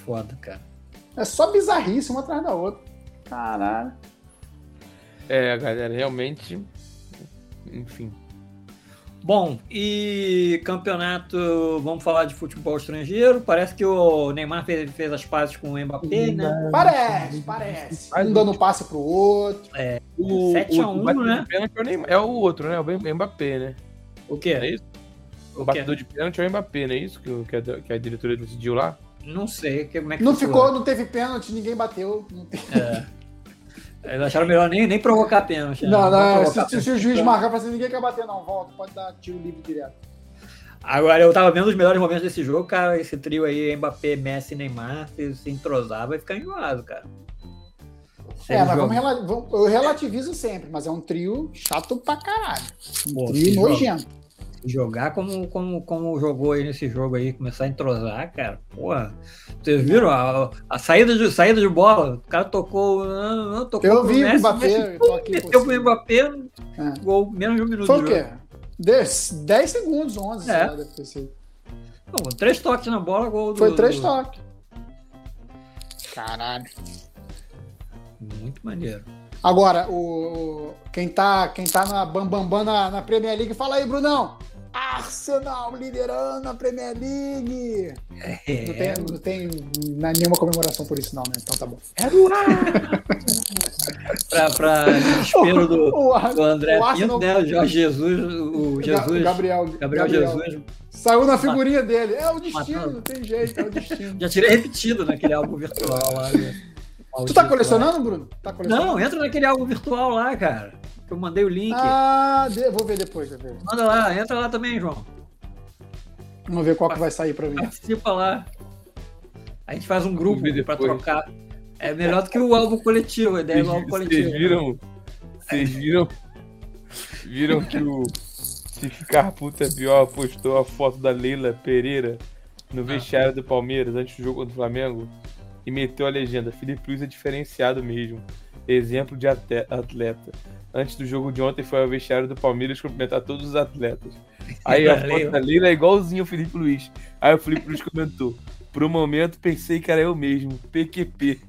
Foda, cara.
É só bizarrice uma atrás da outra. Caralho.
É, galera, realmente. Enfim.
Bom, e campeonato, vamos falar de futebol estrangeiro. Parece que o Neymar fez, fez as pazes com o Mbappé, né?
Parece, parece.
Mas
Um dando um passe pro outro.
O,
7 a
o
1,
batedor
né?
de pênalti é o Neymar- É o outro, né? O Mbappé, né?
O
Não é
quê?
isso? O
O quê?
batedor de pênalti é o Mbappé, não é isso que, o- que a, que a diretoria decidiu lá?
Não sei que- como é que
Não ficou, não teve pênalti, ninguém bateu. Não, tem-
Eles acharam melhor nem, nem provocar a pênalti. né?
não, tipo não,
Vamos provocar
se, se o juiz marcar pra assim, ninguém quer bater, não. Volta, pode dar tiro livre direto.
Agora, eu tava vendo os melhores momentos desse jogo, cara. Esse trio aí, Mbappé, Messi, Neymar, se, se entrosar, vai ficar enjoado, cara. Se
é,
eles
mas
jogam-
vamos, rela- vamos- eu relativizo sempre, mas é um trio chato pra caralho. Um
Pô,
trio
que jogo.
nojento.
jogar como, como, como jogou aí nesse jogo aí, começar a entrosar, cara. Porra, vocês viram a, a saída, de, saída de bola? O cara tocou. Não, não, tocou
Eu
pro
vi o
Messi,
Mbappé,
Messi,
eu tô aqui
Meteu
com você.
pro Mbappé,
É.
gol menos de um minuto.
Foi
de
o
jogo.
quê? 10, 10 segundos, 11,
É.
sei lá, deve ter sido.
Não, três toques na bola, gol do.
Foi três
do-
toques. Caralho.
Muito maneiro.
Agora, o, quem, tá, quem tá na Bambambam na, na Premier League, fala aí, Brunão. Arsenal liderando a Premier League.
É,
Não tem, não tem na- nenhuma comemoração por isso, não, né? Então tá bom.
pra, pra desespero do,
O, Ar-
do André
o Arsenal-
Pinto, né? O Jorge Jesus, o Jesus.
Ga- Gabriel,
Gabriel, Jesus.
Saiu na figurinha dele. É o destino,
Matando.
não tem jeito, é o destino.
Já tirei repetido naquele álbum virtual lá. né?
tu tá
Maldito,
colecionando, Bruno? Tá colecionando?
Não, entra naquele álbum virtual lá, cara. Que é? eu mandei o link.
Ah, de- vou ver depois, vou ver.
Manda lá, entra lá também, João.
Vamos ver qual que vai sair pra mim.
Participa lá. A gente faz um grupo
Vamos ver
pra
depois.
trocar. É melhor do que o álbum coletivo, a ideia
Vocês
do álbum
vocês
coletivo.
viram? Vocês viram? Viram que o se ficar puta é pior postou a foto da Leila Pereira no vestiário do Palmeiras antes do jogo contra o Flamengo e meteu a legenda: Felipe Luiz é diferenciado mesmo. Exemplo de ate- atleta. Antes do jogo de ontem foi ao vestiário do Palmeiras cumprimentar todos os atletas. Aí a foto da Leila é igualzinho ao Felipe Luiz. Aí o Felipe Luiz comentou: Por um momento pensei que era eu mesmo, PQP.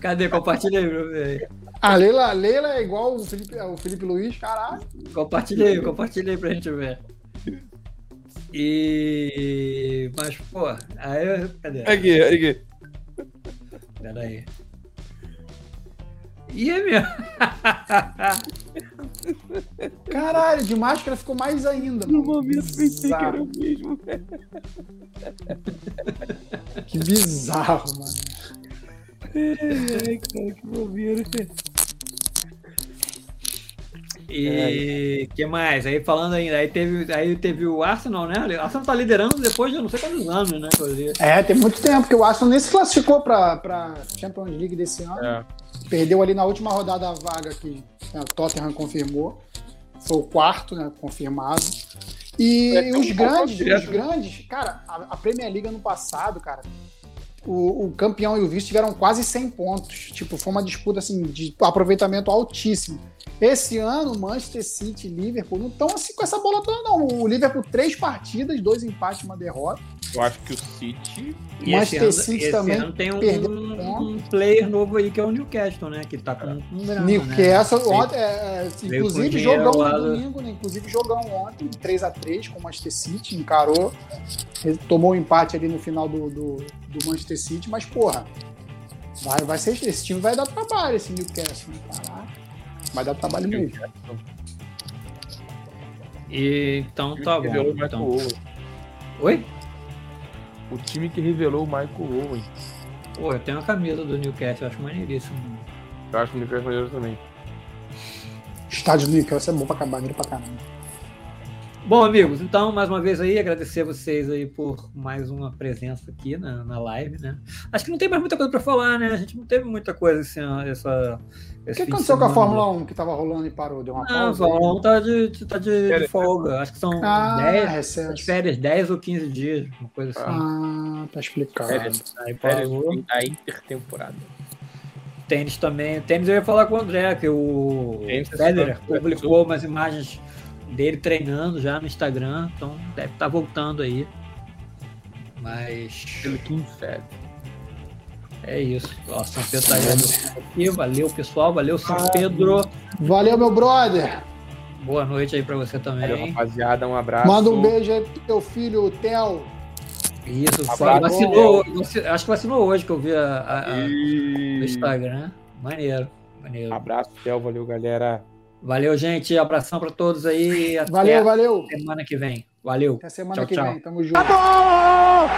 Cadê? Compartilha aí, meu velho.
Ah, Leila, Leila é igual o Felipe, o Felipe Luiz, caralho.
Compartilha aí, compartilha aí pra gente ver. E. Mas, pô, aí. Cadê?
Aqui, aqui.
Pera aí. E é mesmo.
Caralho, de máscara ficou mais ainda.
No
mano.
momento pensei que era
bizarro,
o mesmo.
um- que bizarro, mano.
Ai, cara, que bobeira.
É.
E que mais? Aí falando ainda, aí teve, aí teve o Arsenal, né? O Arsenal tá liderando depois de eu não sei quantos anos, né? que eu li.
É, tem muito tempo que o Arsenal nem se classificou pra, pra Champions League desse ano.
É.
Perdeu ali na última rodada a vaga que né, o Tottenham confirmou. Foi o quarto, né? Confirmado. E
É,
os
é um
grandes,
direto,
os grandes, cara, a, a Premier League ano passado, cara, o, o campeão e o vice tiveram quase 100 pontos. Tipo, foi uma disputa assim de aproveitamento altíssimo. Esse ano, Manchester City e Liverpool não estão assim com essa bola toda, não. O Liverpool, três partidas, dois empates, uma derrota.
Eu acho que o City.
E
Manchester
esse ano-
City
esse
também
ano tem
perdeu
um,
ponto. É.
um player novo aí que é o Newcastle, né? Que tá com um grana, né?
Newcastle, ontem, é, é,
Veio com
inclusive
dinheiro
jogão
lá
no
do-
domingo, né? Inclusive jogão ontem, 3x3 com o Manchester City, encarou, tomou o empate ali no final do, do, do Manchester City, mas porra, vai, vai ser, esse time vai dar trabalho, esse Newcastle, né? caraca. Vai dar trabalho mesmo.
E, então
time
tá
que
bom.
revelou o
Então.
Michael Owen.
Oi?
O time que revelou o Michael Owen.
Pô, eu tenho a camisa do Newcastle, eu acho maneiríssimo.
Eu acho que o Nicolas Maneiro também.
Estádio do Newcastle é bom pra acabar, grita pra caramba.
Bom, amigos, então, mais uma vez aí, agradecer a vocês aí por mais uma presença aqui na, na live, né? Acho que não tem mais muita coisa para falar, né? A gente não teve muita coisa assim, essa.
O que aconteceu com a Fórmula 1 que tava rolando e parou? Deu uma
Não, a
pausa?
Fórmula 1 tá de, de- tá de, de folga. Acho que são
Ah,
10 as
recesso.
férias, 10 ou 15 dias, uma coisa assim.
Ah, tá explicado.
Férias.
aí
Férias
parou.
da intertemporada.
Tênis também. Tênis eu ia falar com o André, que o
Tênis,
Federer
tá,
publicou umas imagens dele treinando já no Instagram, então deve estar voltando aí. Mas
Pelo King Fed.
é isso. Ó, São Pedro tá aí aqui. Valeu, pessoal. Valeu, São
Ah.
Pedro.
Valeu, meu brother.
Boa noite aí pra você
Valeu,
também.
rapaziada. Um abraço.
Manda um beijo aí pro teu filho, o Theo.
Isso,
Abraço.
vacinou. vaci- Acho que vacinou hoje que eu vi a, a- a- no
E... Ah.
Instagram. Maneiro, maneiro.
Abraço, Theo. Valeu, galera.
Valeu, gente. Abração pra todos aí. Até
Valeu, valeu.
semana que vem. Valeu.
Até semana
Tchau,
que
tchau.
vem. Tamo junto.
Acabou!